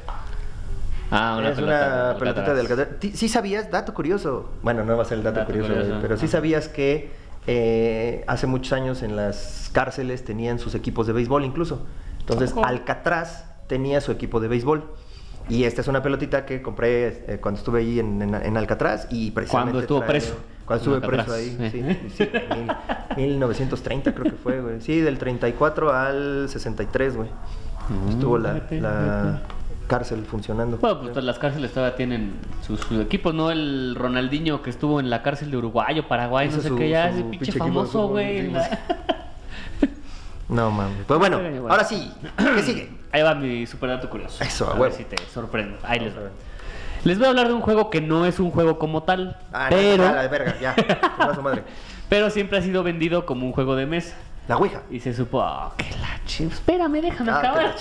Speaker 1: Ah,
Speaker 2: es una pelotita de Alcatraz. Ti- Sí sabías, dato curioso. Bueno, no va a ser el dato,
Speaker 1: Dato
Speaker 2: curioso,
Speaker 1: curioso.
Speaker 2: güey, pero sí
Speaker 1: Ajá.
Speaker 2: sabías que eh, hace muchos años en las cárceles tenían sus equipos de béisbol incluso. Entonces,
Speaker 1: Ojo.
Speaker 2: Alcatraz tenía su equipo de béisbol. Y esta es una pelotita que compré eh, cuando estuve ahí en, en- en Alcatraz y precisamente...
Speaker 1: Cuando estuvo
Speaker 2: trae-
Speaker 1: preso.
Speaker 2: Cuando estuve
Speaker 1: En Alcatraz,
Speaker 2: preso ahí,
Speaker 1: eh.
Speaker 2: sí. sí, mil- 1930 creo que fue, güey. Sí, del 34 al 63, güey.
Speaker 1: Mm,
Speaker 2: Estuvo la,
Speaker 1: fíjate,
Speaker 2: la
Speaker 1: fíjate.
Speaker 2: cárcel funcionando.
Speaker 1: Bueno, pues las cárceles todavía tienen sus, sus equipos, ¿no? El Ronaldinho que estuvo en la cárcel de Uruguay o Paraguay,
Speaker 2: Hizo
Speaker 1: no sé
Speaker 2: su-
Speaker 1: qué, ya
Speaker 2: su
Speaker 1: ese pinche,
Speaker 2: pinche equipo de
Speaker 1: famoso,
Speaker 2: fútbol,
Speaker 1: güey. en
Speaker 2: sí,
Speaker 1: la-
Speaker 2: No mames. Pues bueno,
Speaker 1: Bueno.
Speaker 2: ahora sí. ¿Qué sigue?
Speaker 1: Ahí va mi super dato curioso.
Speaker 2: Eso,
Speaker 1: a
Speaker 2: a
Speaker 1: ver
Speaker 2: huevo.
Speaker 1: si te sorprendo. Ahí les
Speaker 2: Vamos a
Speaker 1: voy.
Speaker 2: ver.
Speaker 1: Les voy a hablar de un juego que no es un juego como tal,
Speaker 2: Ah, no,
Speaker 1: pero,
Speaker 2: ya, la de verga, ya. Chinga su madre.
Speaker 1: pero siempre ha sido vendido como un juego de mesa.
Speaker 2: La ouija.
Speaker 1: Y se supo, "Ah, que la chi- Espérame, déjame
Speaker 2: Ah, que la
Speaker 1: acabar.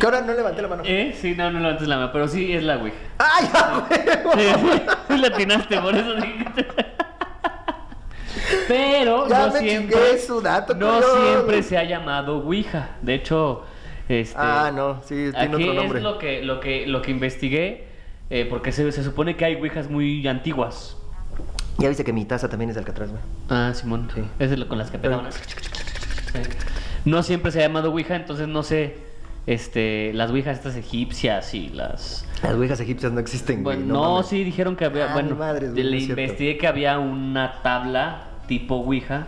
Speaker 2: Que ahora no levanté la mano.
Speaker 1: ¿Eh? Sí, no, no levantes la mano, pero sí es la Ouija.
Speaker 2: ¡Ay, ya,
Speaker 1: Sí,
Speaker 2: huevo!
Speaker 1: sí le atinaste, por eso dijiste. Pero
Speaker 2: Ya
Speaker 1: no
Speaker 2: me
Speaker 1: siempre,
Speaker 2: chingué su dato,
Speaker 1: no
Speaker 2: culero.
Speaker 1: siempre se ha llamado Ouija. De hecho, este,
Speaker 2: Ah, no, sí, tiene
Speaker 1: aquí
Speaker 2: otro nombre.
Speaker 1: es lo que, lo que, lo que investigué, eh, porque se, se supone que hay Ouijas muy antiguas.
Speaker 2: Ya viste que mi taza también es de Alcatraz, güey.
Speaker 1: Ah, Simón.
Speaker 2: Sí.
Speaker 1: Esa es la- con las que pegaban. No siempre se ha llamado Ouija, entonces no sé. Este, las Ouijas estas egipcias y las...
Speaker 2: Las ouijas egipcias no existen, güey.
Speaker 1: Bueno, no,
Speaker 2: mames.
Speaker 1: sí dijeron que había.
Speaker 2: Ah,
Speaker 1: bueno,
Speaker 2: ni madres, güey, no
Speaker 1: le
Speaker 2: es cierto.
Speaker 1: investigué que había una tabla tipo Ouija.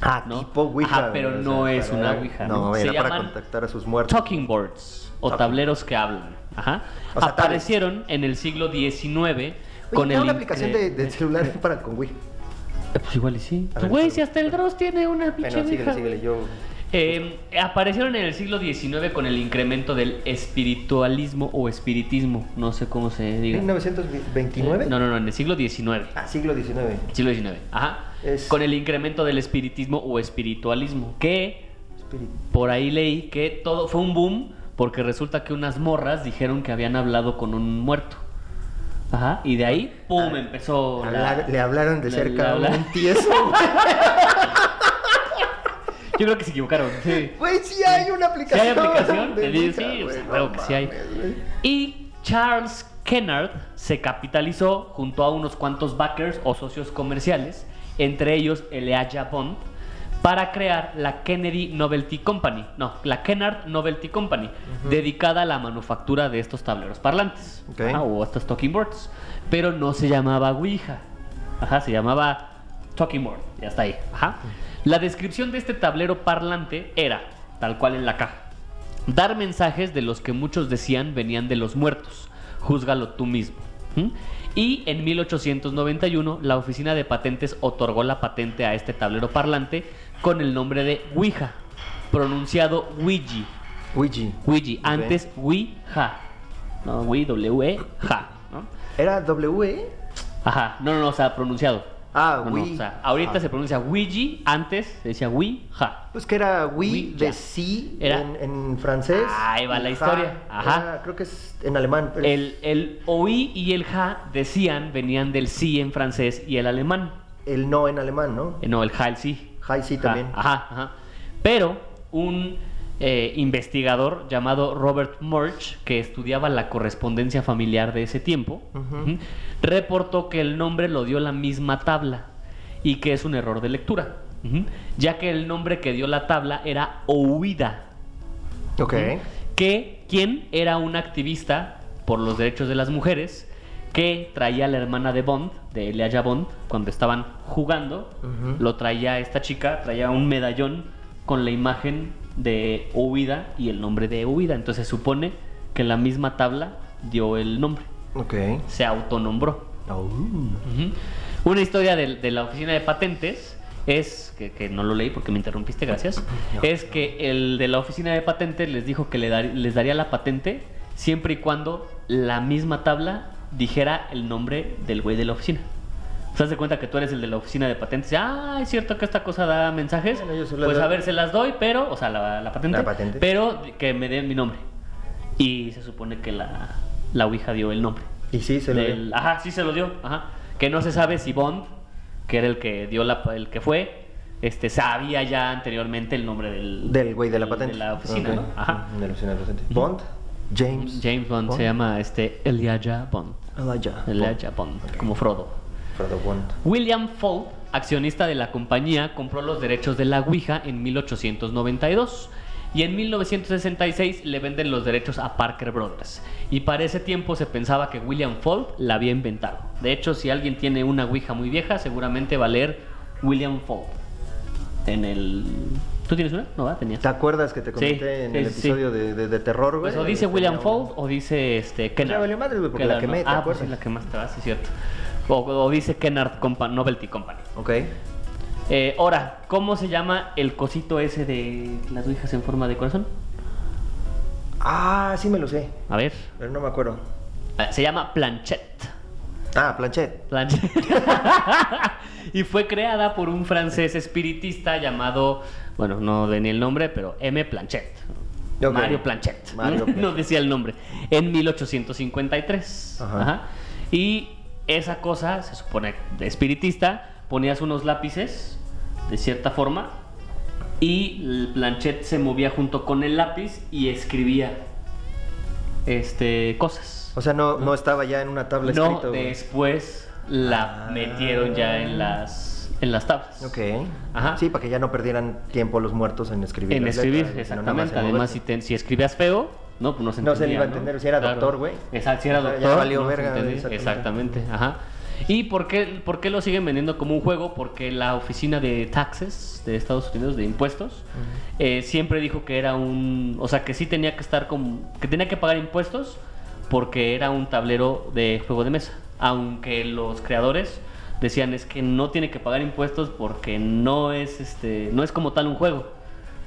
Speaker 2: Ah,
Speaker 1: ¿no?
Speaker 2: tipo ouija.
Speaker 1: Ajá, pero
Speaker 2: güey, o sea,
Speaker 1: no es
Speaker 2: para-
Speaker 1: una ouija.
Speaker 2: No,
Speaker 1: Se
Speaker 2: era para
Speaker 1: llaman
Speaker 2: contactar a sus muertos.
Speaker 1: Talking boards o
Speaker 2: Talking.
Speaker 1: tableros que hablan. Ajá.
Speaker 2: O sea,
Speaker 1: Aparecieron en el siglo XIX
Speaker 2: Oye,
Speaker 1: con
Speaker 2: ¿no
Speaker 1: el.
Speaker 2: una aplicación
Speaker 1: incre-
Speaker 2: de, de celular para con ouija.
Speaker 1: Eh, Pues igual y sí.
Speaker 2: A ver,
Speaker 1: Güey,
Speaker 2: pero-
Speaker 1: si hasta el Dross tiene una pinche
Speaker 2: Bueno, síguele,
Speaker 1: ouija,
Speaker 2: síguele,
Speaker 1: güey.
Speaker 2: yo...
Speaker 1: Eh, aparecieron en el siglo XIX con el incremento del espiritualismo o espiritismo, no sé cómo se diga. Eh,
Speaker 2: ¿1929?
Speaker 1: No, no, no, en el siglo XIX.
Speaker 2: Ah, siglo XIX.
Speaker 1: Siglo XIX. Ajá.
Speaker 2: Es-
Speaker 1: Con el incremento del espiritismo o espiritualismo. Que
Speaker 2: Espíritu.
Speaker 1: por ahí leí que todo fue un boom porque resulta que unas morras dijeron que habían hablado con un muerto. Ajá. Y de ahí, ¡pum! empezó. la-
Speaker 2: Hablar- Ah, le hablaron de
Speaker 1: le-
Speaker 2: cerca
Speaker 1: le
Speaker 2: a
Speaker 1: habla-
Speaker 2: un tieso. güey.
Speaker 1: Yo creo que se equivocaron. Sí.
Speaker 2: Güey, sí hay una
Speaker 1: ¿Sí hay
Speaker 2: aplicación.
Speaker 1: aplicación?
Speaker 2: de
Speaker 1: Te digo,
Speaker 2: Ouija,
Speaker 1: sí, o
Speaker 2: güey,
Speaker 1: sea,
Speaker 2: no
Speaker 1: claro que sí hay.
Speaker 2: mames, güey.
Speaker 1: Y Charles Kennard se capitalizó junto a unos cuantos backers o socios comerciales, entre ellos Elijah Bond, para crear la Kennedy Novelty Company, no, la Kennard Novelty Company, dedicada a la manufactura de estos tableros parlantes Ah,
Speaker 2: Ok.
Speaker 1: ajá, o estos talking boards, pero no se llamaba Ouija. Ajá, se llamaba Talking Board. Ya está ahí. Ajá. La descripción de este tablero parlante era, tal cual en la caja, dar mensajes de los que muchos decían venían de los muertos. Júzgalo tú mismo. ¿Mm? Y en 1891 la Oficina de Patentes otorgó la patente a este tablero parlante con el nombre de Ouija, pronunciado Ouija.
Speaker 2: Ouija.
Speaker 1: Ouija, antes Ouija. No, Ouija, W, ja. ¿no?
Speaker 2: ¿Era W?
Speaker 1: Ajá, no, no, no, o sea, pronunciado.
Speaker 2: Ah,
Speaker 1: No, no,
Speaker 2: Ouija.
Speaker 1: o sea, ahorita
Speaker 2: Ah.
Speaker 1: se pronuncia Ouija, antes se decía Ouija.
Speaker 2: Pues que era oui
Speaker 1: Ouija.
Speaker 2: de sí
Speaker 1: Era-
Speaker 2: en, en francés.
Speaker 1: Ahí va la
Speaker 2: Ja,
Speaker 1: historia. Ajá.
Speaker 2: era- creo que es en alemán. pero-
Speaker 1: El, el OI y el ja decían, venían del sí en francés y el alemán.
Speaker 2: el no en alemán, ¿no?
Speaker 1: Eh, No, el ja, el sí.
Speaker 2: Hi sí
Speaker 1: Ja,
Speaker 2: también.
Speaker 1: Ajá, ajá. Pero un eh, investigador llamado Robert Murch, que estudiaba la correspondencia familiar de ese tiempo,
Speaker 2: Ujú.
Speaker 1: ujú, reportó que el nombre lo dio la misma tabla y que es un error de lectura, ujú, ya que el nombre que dio la tabla era Ouida,
Speaker 2: Ok.
Speaker 1: que quien era una activista por los derechos de las mujeres que traía a la hermana de Bond, de Elijah Bond, cuando estaban jugando,
Speaker 2: Ujú.
Speaker 1: lo traía esta chica, traía un medallón con la imagen de Ouida y el nombre de Ouida. Entonces se supone que la misma tabla dio el nombre,
Speaker 2: Ok.
Speaker 1: se autonombró.
Speaker 2: Oh.
Speaker 1: Ujú. Una historia de, de la oficina de patentes es, que, que no lo leí porque me interrumpiste, gracias, es que el de la oficina de patentes les dijo que le dar- les daría la patente siempre y cuando la misma tabla dijera el nombre del güey de la oficina. O sea, haz de cuenta que tú eres el de la oficina de patentes. y, Ah, es cierto que esta cosa da mensajes.
Speaker 2: Bueno, yo se las
Speaker 1: pues
Speaker 2: doy.
Speaker 1: a ver, se las doy, pero, o sea, la, patente,
Speaker 2: La patente.
Speaker 1: Pero que me den mi nombre. Y se supone que la, la Ouija dio el nombre
Speaker 2: Y sí, se lo
Speaker 1: del- Ajá, sí se lo dio. Ajá. Que no se sabe si Bond, que era el que dio la, el que fue, este, sabía ya anteriormente el nombre del,
Speaker 2: Del güey de la patente.
Speaker 1: de la oficina,
Speaker 2: Ok. Mm,
Speaker 1: ¿no? Ajá.
Speaker 2: De la oficina de la patente. Bond. James.
Speaker 1: James Bond, se llama este Elijah Bond.
Speaker 2: Elijah.
Speaker 1: Elijah Bond,
Speaker 2: Ok.
Speaker 1: como Frodo.
Speaker 2: Frodo Bond.
Speaker 1: William Fold, accionista de la compañía, compró los derechos de la Ouija en 1892 y en 1966 le venden los derechos a Parker Brothers. Y para ese tiempo se pensaba que William Fold la había inventado. De hecho, si alguien tiene una Ouija muy vieja, seguramente va a leer William Fold. En el... ¿Tú tienes una? No, ¿verdad? Tenías.
Speaker 2: ¿Te acuerdas que te comenté en
Speaker 1: sí,
Speaker 2: el
Speaker 1: sí, sí.
Speaker 2: episodio de, de- de terror, güey?
Speaker 1: Pues o dice
Speaker 2: Tenía
Speaker 1: William
Speaker 2: una- Pues
Speaker 1: Fold o dice este Kennard.
Speaker 2: valió madre, güey, porque la
Speaker 1: Kennard,
Speaker 2: quemé,
Speaker 1: ¿no?
Speaker 2: ¿te
Speaker 1: Ah, pues sí,
Speaker 2: acuerdas?
Speaker 1: la quemaste, ¿verdad? Sí, es cierto. O, o dice Kennard Compa- Novelty Company.
Speaker 2: Ok.
Speaker 1: Eh, ahora, ¿cómo se llama el cosito ese de las ouijas en forma de corazón?
Speaker 2: Ah, sí me lo sé,
Speaker 1: A ver.
Speaker 2: pero no me acuerdo.
Speaker 1: Eh, Se llama Planchette.
Speaker 2: Ah, Planchet.
Speaker 1: Planchette. y fue creada por un francés espiritista llamado, bueno, no de ni el nombre, pero M. Planchet.
Speaker 2: Ok.
Speaker 1: Mario Planchet.
Speaker 2: Mario
Speaker 1: no
Speaker 2: Planchet.
Speaker 1: decía el nombre. En 1853.
Speaker 2: Ajá.
Speaker 1: Ajá. Y esa cosa, se supone de espiritista, ponías unos lápices de cierta forma y el planchet se movía junto con el lápiz y escribía este cosas.
Speaker 2: O sea, no, no estaba ya en una
Speaker 1: No,
Speaker 2: tabla escrito. güey.
Speaker 1: después la
Speaker 2: Ah.
Speaker 1: metieron ya en las en las tablas.
Speaker 2: Ok.
Speaker 1: Ajá.
Speaker 2: Sí, para que ya no perdieran tiempo los muertos en escribir.
Speaker 1: En
Speaker 2: las
Speaker 1: escribir,
Speaker 2: letras, sino nada más
Speaker 1: exactamente.
Speaker 2: en
Speaker 1: Además, si,
Speaker 2: moverse.
Speaker 1: te- si escribías feo, no, pues no se
Speaker 2: No
Speaker 1: entendía.
Speaker 2: se le iba a entender si era doctor, güey.
Speaker 1: Exacto, si era
Speaker 2: O sea, ya
Speaker 1: doctor.
Speaker 2: valió
Speaker 1: no se
Speaker 2: verga,
Speaker 1: entendía.
Speaker 2: exactamente.
Speaker 1: Exactamente, ajá. ¿Y por qué, por qué lo siguen vendiendo como un juego? Porque la oficina de taxes de Estados Unidos, de impuestos, eh, siempre dijo que era un. O sea, que sí tenía que estar como. que tenía que pagar impuestos porque era un tablero de juego de mesa. Aunque los creadores decían es que no tiene que pagar impuestos porque no es este no es como tal un juego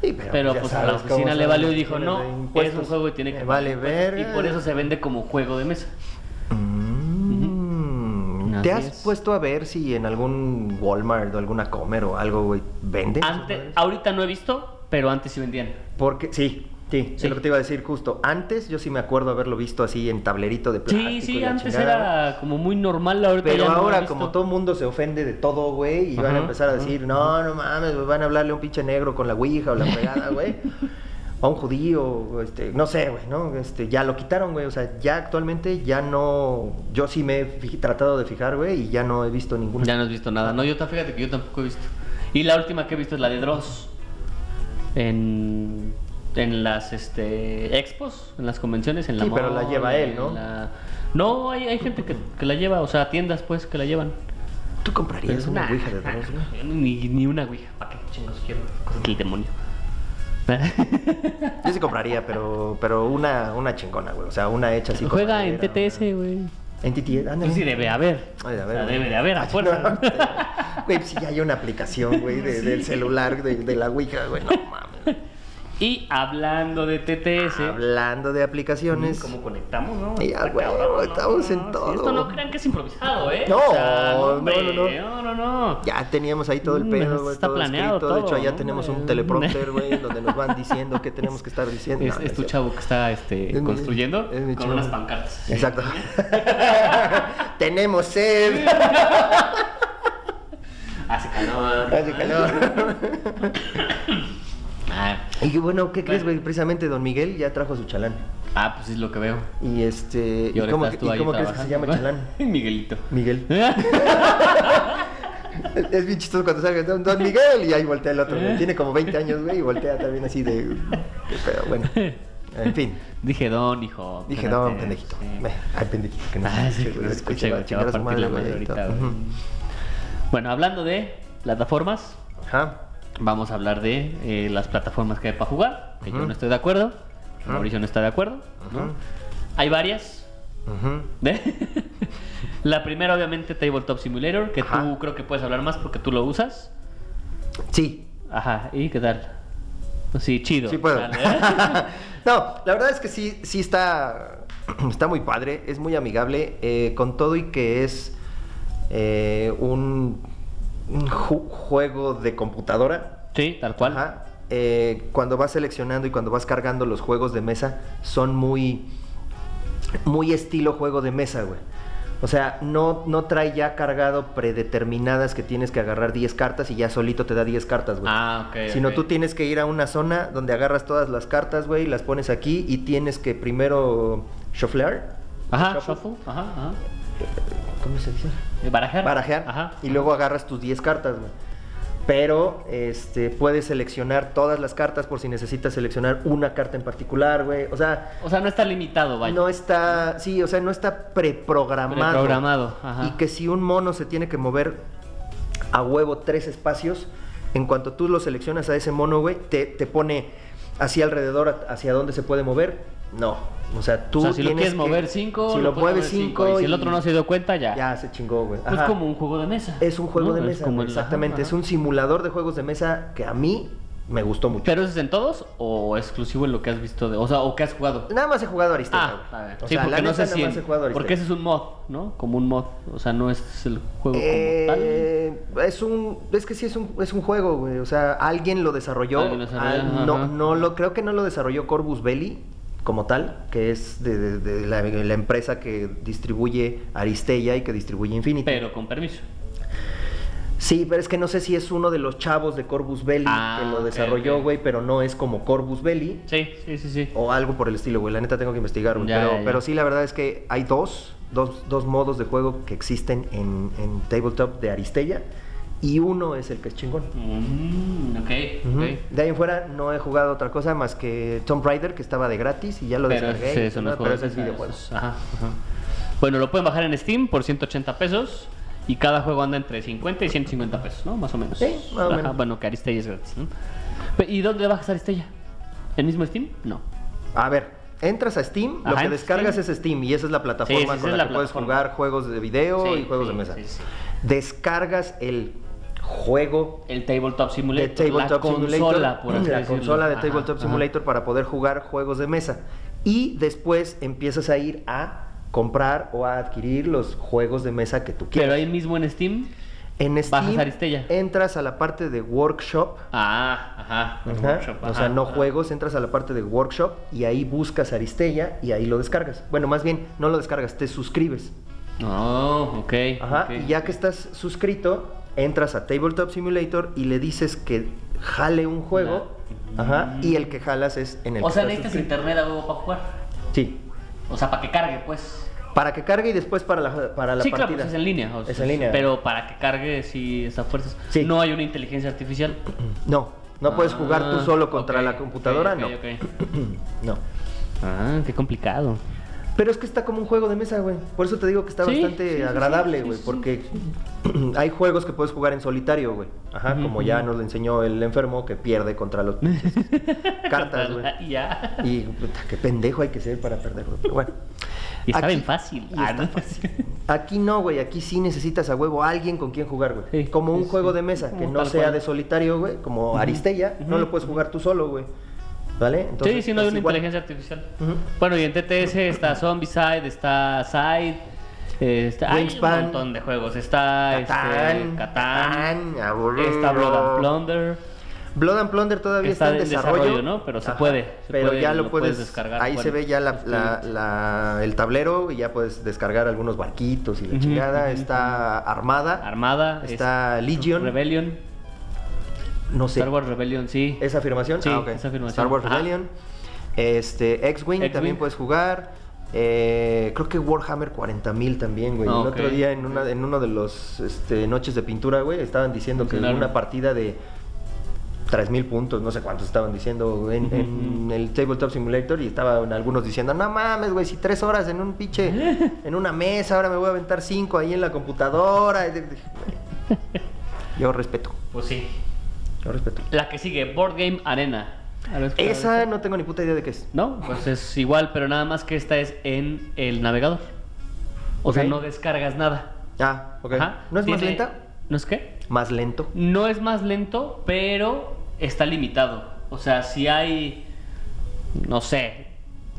Speaker 2: Sí,
Speaker 1: pero
Speaker 2: ya
Speaker 1: pues a
Speaker 2: sabes
Speaker 1: la
Speaker 2: cómo
Speaker 1: oficina
Speaker 2: son
Speaker 1: le valió y
Speaker 2: las
Speaker 1: dijo,
Speaker 2: oficinas de
Speaker 1: no, es
Speaker 2: impuestos.
Speaker 1: un juego y tiene que...
Speaker 2: Me Vale
Speaker 1: pagar impuestos".
Speaker 2: ver.
Speaker 1: Y por eso se vende como juego de mesa.
Speaker 2: Mm, ¿Te
Speaker 1: Así
Speaker 2: has
Speaker 1: es.
Speaker 2: puesto a ver si en algún Walmart o alguna Comer o algo, güey, venden? esas
Speaker 1: Antes,
Speaker 2: madres?
Speaker 1: ahorita no he visto, pero antes sí vendían.
Speaker 2: Porque, sí, sí,
Speaker 1: Sí.
Speaker 2: es lo que te iba a decir justo. Antes yo sí me acuerdo haberlo visto así en tablerito de plástico.
Speaker 1: Sí,
Speaker 2: y
Speaker 1: sí,
Speaker 2: la
Speaker 1: antes
Speaker 2: chingada.
Speaker 1: era como muy normal, ahorita
Speaker 2: Pero
Speaker 1: ya no he
Speaker 2: ahora,
Speaker 1: visto.
Speaker 2: como todo mundo se ofende de todo, güey, y van a
Speaker 1: Ajá,
Speaker 2: empezar a
Speaker 1: ajá,
Speaker 2: decir, no, no mames, güey, van a hablarle a un pinche negro con la ouija o la fregada, güey. O a un judío, o este, no sé, güey, ¿no? Este, ya lo quitaron, güey. O sea, ya actualmente ya no. Yo sí me he fi- tratado de fijar, güey, y ya no he visto ninguna.
Speaker 1: Ya no has visto nada. No, yo ta- fíjate que yo tampoco he visto. Y la última que he visto es la de Dross. En, en las este, expos, en las convenciones, en la
Speaker 2: Sí, pero la
Speaker 1: mall,
Speaker 2: lleva él,
Speaker 1: en
Speaker 2: ¿no?
Speaker 1: la- No, hay, hay gente que, que la lleva, o sea, tiendas pues que la llevan.
Speaker 2: ¿Tú comprarías una Ouija de Dross, güey?
Speaker 1: Ni, ni una Ouija. ¿Para qué chingos quiero cosas del demonio?
Speaker 2: Yo sí compraría, pero, pero una, una chingona, güey. O sea, una hecha así. con
Speaker 1: Juega en
Speaker 2: madera,
Speaker 1: TTS,
Speaker 2: una-
Speaker 1: güey.
Speaker 2: En TTS, ¿eh? ándale.
Speaker 1: Pues sí debe haber.
Speaker 2: Ay, a ver,
Speaker 1: O sea,
Speaker 2: güey.
Speaker 1: debe de haber, a
Speaker 2: Ay,
Speaker 1: fuerza.
Speaker 2: no,
Speaker 1: ¿no?
Speaker 2: Güey, pues, si ya hay una aplicación, güey, de- del celular, de, de la Ouija, güey. No mames.
Speaker 1: Y hablando de TTS,
Speaker 2: Ah, Hablando de aplicaciones.
Speaker 1: ¿cómo conectamos, no?
Speaker 2: Ya,
Speaker 1: Está
Speaker 2: ah, güey,
Speaker 1: cabrón,
Speaker 2: estamos en
Speaker 1: sí,
Speaker 2: todo.
Speaker 1: Esto no crean que es improvisado, ¿eh?
Speaker 2: No,
Speaker 1: O sea,
Speaker 2: no,
Speaker 1: hombre,
Speaker 2: no, no.
Speaker 1: no, no, no.
Speaker 2: Ya teníamos ahí todo el
Speaker 1: Mm,
Speaker 2: pedo, güey,
Speaker 1: está
Speaker 2: todo
Speaker 1: planeado
Speaker 2: escrito. de hecho,
Speaker 1: todo,
Speaker 2: allá
Speaker 1: ¿no, Mm. Eh,
Speaker 2: tenemos
Speaker 1: güey?
Speaker 2: un teleprompter, güey, donde nos van diciendo qué tenemos que estar diciendo.
Speaker 1: Es,
Speaker 2: No,
Speaker 1: es tu
Speaker 2: no cierto.
Speaker 1: chavo que está este,
Speaker 2: Es mi-
Speaker 1: construyendo
Speaker 2: es mi
Speaker 1: con
Speaker 2: chavo.
Speaker 1: unas pancartas.
Speaker 2: Exacto. tenemos sed.
Speaker 1: Hace calor.
Speaker 2: Hace calor.
Speaker 1: Ah,
Speaker 2: y qué bueno, ¿qué crees, güey? Precisamente Don Miguel ya trajo su chalán.
Speaker 1: ah, pues es lo que veo.
Speaker 2: Y este.
Speaker 1: Y ahora
Speaker 2: cómo,
Speaker 1: estás tú
Speaker 2: y
Speaker 1: ahí
Speaker 2: cómo crees que se llama
Speaker 1: trabajando.
Speaker 2: chalán?
Speaker 1: Miguelito.
Speaker 2: Miguel. Es es bien chistoso cuando salga Don, Don Miguel y ahí voltea el otro.
Speaker 1: Eh.
Speaker 2: güey. Tiene como 20 años, güey, y voltea también así de. Pero bueno. En fin.
Speaker 1: Dije don, hijo.
Speaker 2: Dije,
Speaker 1: espérate,
Speaker 2: no, pendejito.
Speaker 1: eh, sí.
Speaker 2: Ve, Ay, pendejito, que no
Speaker 1: Ah, sí,
Speaker 2: escuche,
Speaker 1: que
Speaker 2: güey,
Speaker 1: no escuche,
Speaker 2: va
Speaker 1: güey, te va a
Speaker 2: chingar su
Speaker 1: partir la madre
Speaker 2: güey, y
Speaker 1: ahorita,
Speaker 2: todo.
Speaker 1: güey. Bueno, hablando de plataformas,
Speaker 2: Ujú. Ajá.
Speaker 1: vamos a hablar de eh, las plataformas que hay para jugar. Que yo
Speaker 2: Ujú.
Speaker 1: no estoy de acuerdo.
Speaker 2: Ujú.
Speaker 1: Mauricio no está de acuerdo. ¿no?
Speaker 2: Ujú.
Speaker 1: Hay varias.
Speaker 2: Ujú.
Speaker 1: ¿eh? La primera, obviamente, Tabletop Simulator, que
Speaker 2: Ajá.
Speaker 1: tú creo que puedes hablar más porque tú lo usas.
Speaker 2: Sí,
Speaker 1: Ajá, ¿y qué tal? Sí, chido.
Speaker 2: Sí puedo.
Speaker 1: Dale, ¿eh?
Speaker 2: no, la verdad es que sí, sí está, está muy padre, es muy amigable, eh, con todo y que es eh, un, un ju- juego de computadora.
Speaker 1: Sí, tal cual.
Speaker 2: Ajá. Eh, cuando vas seleccionando y cuando vas cargando los juegos de mesa, son muy, muy estilo juego de mesa, güey. O sea, no, no trae ya cargado predeterminadas que tienes que agarrar 10 cartas y ya solito te da 10 cartas, güey.
Speaker 1: Ah, ok.
Speaker 2: Sino
Speaker 1: ok.
Speaker 2: tú tienes que ir a una zona donde agarras todas las cartas, güey, las pones aquí y tienes que primero shufflear.
Speaker 1: Ajá,
Speaker 2: shuffle.
Speaker 1: shuffle. Ajá, ajá.
Speaker 2: ¿Cómo se dice?
Speaker 1: Eh, Barajear.
Speaker 2: Barajear.
Speaker 1: Ajá.
Speaker 2: Y luego agarras tus 10 cartas, güey. Pero este, puedes seleccionar todas las cartas por si necesitas seleccionar una carta en particular, güey. O sea,
Speaker 1: O sea, no está limitado, Ah, vaya.
Speaker 2: no está. Sí, o sea, no está preprogramado.
Speaker 1: Preprogramado, ajá.
Speaker 2: Y que si un mono se tiene que mover a huevo tres espacios, en cuanto tú lo seleccionas a ese mono, güey, te, te pone hacia alrededor, a- hacia dónde se puede mover. No. O sea, tú.
Speaker 1: o sea, si lo
Speaker 2: tienes
Speaker 1: quieres
Speaker 2: que-
Speaker 1: mover 5,
Speaker 2: Si lo mueves cinco.
Speaker 1: Y si el otro no se dio cuenta, ya.
Speaker 2: Ya se chingó, güey.
Speaker 1: Es
Speaker 2: Ajá.
Speaker 1: como un juego de mesa.
Speaker 2: Es un juego
Speaker 1: ¿no?
Speaker 2: de
Speaker 1: Es
Speaker 2: mesa.
Speaker 1: como
Speaker 2: güey,
Speaker 1: el-
Speaker 2: exactamente.
Speaker 1: ajá,
Speaker 2: Es un simulador de juegos de mesa que a mí me gustó mucho.
Speaker 1: ¿Pero eso es en todos o exclusivo en lo que has visto? De... O sea, o que has jugado.
Speaker 2: Nada más he jugado a Aristeta,
Speaker 1: Ah,
Speaker 2: güey.
Speaker 1: a ver.
Speaker 2: este O
Speaker 1: sí,
Speaker 2: sea,
Speaker 1: porque
Speaker 2: la
Speaker 1: no
Speaker 2: neta,
Speaker 1: sé
Speaker 2: nada
Speaker 1: si. en-
Speaker 2: más he jugado este. a
Speaker 1: Porque ese
Speaker 2: Aristeta.
Speaker 1: es un mod, ¿no? Como un mod. O sea, no es el juego como tal.
Speaker 2: Eh, es un es que sí es un, es un juego güey o sea alguien lo desarrolló
Speaker 1: Alguien lo desarrolló,
Speaker 2: Al- no
Speaker 1: ajá.
Speaker 2: no lo creo que no lo desarrolló Corbus Belli como tal que es de, de- de la, la empresa que distribuye Aristella y que distribuye Infinity
Speaker 1: Pero con permiso.
Speaker 2: sí pero es que no sé si es uno de los chavos de Corbus Belli
Speaker 1: Ah,
Speaker 2: que lo
Speaker 1: ok,
Speaker 2: desarrolló
Speaker 1: ok.
Speaker 2: güey pero no es como Corbus Belli
Speaker 1: Sí, sí, sí, sí.
Speaker 2: o algo por el estilo, güey. La neta tengo que investigar, güey.
Speaker 1: Ya,
Speaker 2: Pero,
Speaker 1: ya, ya.
Speaker 2: pero sí, la verdad es que hay dos, dos, dos modos de juego que existen en, en Tabletop de Aristella. Y uno es el que es chingón.
Speaker 1: Mm, ok,
Speaker 2: Ujú.
Speaker 1: ok.
Speaker 2: De ahí en fuera no he jugado otra cosa más que Tomb Raider, que estaba de gratis y ya lo
Speaker 1: Pero
Speaker 2: descargué.
Speaker 1: ese-
Speaker 2: y
Speaker 1: eso no
Speaker 2: todo,
Speaker 1: es
Speaker 2: pero
Speaker 1: juego
Speaker 2: ese
Speaker 1: de
Speaker 2: es
Speaker 1: mesa,
Speaker 2: videojuego.
Speaker 1: eso es- ajá, ajá. Bueno, lo pueden bajar en Steam por 180 pesos. Y cada juego anda entre 50 y 150 pesos, ¿no? Más o menos.
Speaker 2: Sí, más o
Speaker 1: Ajá,
Speaker 2: menos.
Speaker 1: Bueno, que Aristella es gratis, ¿no? Pe- ¿Y dónde bajas Aristella? ¿El mismo Steam? No.
Speaker 2: A ver, entras a Steam, lo
Speaker 1: Ajá,
Speaker 2: que
Speaker 1: en
Speaker 2: descargas
Speaker 1: Steam.
Speaker 2: es Steam y esa es la plataforma
Speaker 1: Sí, sí, esa
Speaker 2: con
Speaker 1: es
Speaker 2: la,
Speaker 1: la
Speaker 2: que puedes
Speaker 1: plataforma.
Speaker 2: jugar juegos de video
Speaker 1: Sí,
Speaker 2: y juegos
Speaker 1: sí,
Speaker 2: de mesa.
Speaker 1: sí, sí.
Speaker 2: Descargas el juego
Speaker 1: El Tabletop
Speaker 2: de
Speaker 1: Simulator. la
Speaker 2: Tabletop
Speaker 1: consola,
Speaker 2: Simulator, Mm,
Speaker 1: por así
Speaker 2: la
Speaker 1: decirlo.
Speaker 2: consola de
Speaker 1: Ajá,
Speaker 2: Tabletop
Speaker 1: ajá.
Speaker 2: Simulator para poder jugar juegos de mesa. Y después empiezas a ir a comprar o a adquirir los juegos de mesa que tú
Speaker 1: Pero
Speaker 2: quieras.
Speaker 1: ahí mismo en Steam.
Speaker 2: en
Speaker 1: bajas
Speaker 2: Steam
Speaker 1: Aristella.
Speaker 2: entras a la parte de workshop.
Speaker 1: Ah, ajá. el
Speaker 2: ajá,
Speaker 1: workshop,
Speaker 2: o
Speaker 1: ajá,
Speaker 2: sea, no
Speaker 1: ajá.
Speaker 2: juegos, entras a la parte de workshop y ahí buscas Aristella y ahí lo descargas. Bueno, más bien, no lo descargas, te suscribes.
Speaker 1: No, ok.
Speaker 2: Ajá,
Speaker 1: ok,
Speaker 2: y ya
Speaker 1: ok.
Speaker 2: que estás suscrito, entras a Tabletop Simulator y le dices que jale un juego. Ajá, y el que jalas es en el
Speaker 1: O
Speaker 2: que
Speaker 1: sea,
Speaker 2: estás
Speaker 1: necesitas
Speaker 2: suscrito.
Speaker 1: internet a huevo para jugar.
Speaker 2: Sí.
Speaker 1: O sea, para que cargue, pues.
Speaker 2: Para que cargue y después para la, para la
Speaker 1: sí,
Speaker 2: partida.
Speaker 1: claro, pues es en línea. o sea,
Speaker 2: Es en línea.
Speaker 1: Pero para que cargue, sí, esas fuerzas.
Speaker 2: Sí.
Speaker 1: No hay una inteligencia artificial.
Speaker 2: No, no puedes
Speaker 1: Ah,
Speaker 2: jugar tú solo contra
Speaker 1: ok,
Speaker 2: la computadora,
Speaker 1: ok, ok,
Speaker 2: no.
Speaker 1: ok.
Speaker 2: No.
Speaker 1: Ah, qué complicado.
Speaker 2: Pero es que está como un juego de mesa, güey. Por eso te digo que está
Speaker 1: Sí, sí,
Speaker 2: bastante
Speaker 1: sí,
Speaker 2: agradable,
Speaker 1: sí, sí,
Speaker 2: güey.
Speaker 1: sí,
Speaker 2: porque hay juegos que puedes jugar en solitario, güey. Ajá,
Speaker 1: Ujú,
Speaker 2: como ya nos lo enseñó el enfermo que pierde contra los pinches cartas, güey.
Speaker 1: Y ya.
Speaker 2: Y puta, qué pendejo hay que ser para perder, güey. Pero bueno.
Speaker 1: Y está
Speaker 2: Aquí-
Speaker 1: bien fácil.
Speaker 2: y
Speaker 1: Ah,
Speaker 2: está
Speaker 1: ¿no?
Speaker 2: fácil. Aquí no, güey. Aquí sí necesitas a huevo a alguien con quien jugar, güey.
Speaker 1: Sí,
Speaker 2: como un
Speaker 1: sí,
Speaker 2: juego
Speaker 1: sí.
Speaker 2: de mesa, que
Speaker 1: Como
Speaker 2: no
Speaker 1: tal
Speaker 2: sea
Speaker 1: cual.
Speaker 2: de solitario, güey. Como Aristella, no lo puedes jugar tú solo, güey. ¿Vale?
Speaker 1: sí, sí, no hay una
Speaker 2: es pues igual.
Speaker 1: inteligencia artificial.
Speaker 2: Ujú.
Speaker 1: Bueno, y en TTS está Zombicide, está Side, eh, está hay
Speaker 2: Wingspan.
Speaker 1: un montón de juegos. Está este,
Speaker 2: Catán,
Speaker 1: Catán,
Speaker 2: Catán, aburrido.
Speaker 1: está Blood and Plunder.
Speaker 2: Blood and Plunder todavía
Speaker 1: Está
Speaker 2: está, en
Speaker 1: en
Speaker 2: desarrollo,
Speaker 1: desarrollo, ¿no? Pero se puede, se
Speaker 2: pero
Speaker 1: puede,
Speaker 2: ya lo,
Speaker 1: lo
Speaker 2: puedes,
Speaker 1: puedes descargar,
Speaker 2: Ahí se
Speaker 1: puedes.
Speaker 2: ve ya la- la- la- el tablero y ya puedes descargar algunos barquitos y la chingada. Está Armada,
Speaker 1: Armada,
Speaker 2: está
Speaker 1: es-
Speaker 2: Legion,
Speaker 1: Rebellion,
Speaker 2: no sé.
Speaker 1: Star Wars Rebellion, sí.
Speaker 2: ¿Esa afirmación?
Speaker 1: Sí,
Speaker 2: Ah, ok.
Speaker 1: esa afirmación.
Speaker 2: Star Wars
Speaker 1: Ajá.
Speaker 2: Rebellion. Este, X-Wing
Speaker 1: X-Wing.
Speaker 2: también puedes jugar. Eh, creo que Warhammer 40.000 también, güey.
Speaker 1: Ah,
Speaker 2: El
Speaker 1: ok.
Speaker 2: otro día en una en uno de los este, noches de pintura, güey, estaban diciendo que
Speaker 1: Mencionaron.
Speaker 2: una partida de 3.000 puntos, no sé cuántos estaban diciendo en, en el Tabletop Simulator y estaban algunos diciendo, no mames, güey, si tres horas en un pinche, en una mesa, ahora me voy a aventar cinco ahí en la computadora. Yo respeto,
Speaker 1: Pues sí.
Speaker 2: yo respeto.
Speaker 1: La que sigue, Board Game Arena. ¿Has escuchado de
Speaker 2: Esa
Speaker 1: esta?
Speaker 2: no tengo ni puta idea de qué es.
Speaker 1: No, pues es igual, pero nada más que esta es en el navegador. O sea,
Speaker 2: Ok.
Speaker 1: no descargas nada.
Speaker 2: Ah, ok.
Speaker 1: Ajá.
Speaker 2: ¿No es más
Speaker 1: Tiene-
Speaker 2: lenta?
Speaker 1: ¿No es qué?
Speaker 2: Más lento.
Speaker 1: No es más lento, pero está limitado. O sea, si hay, no sé,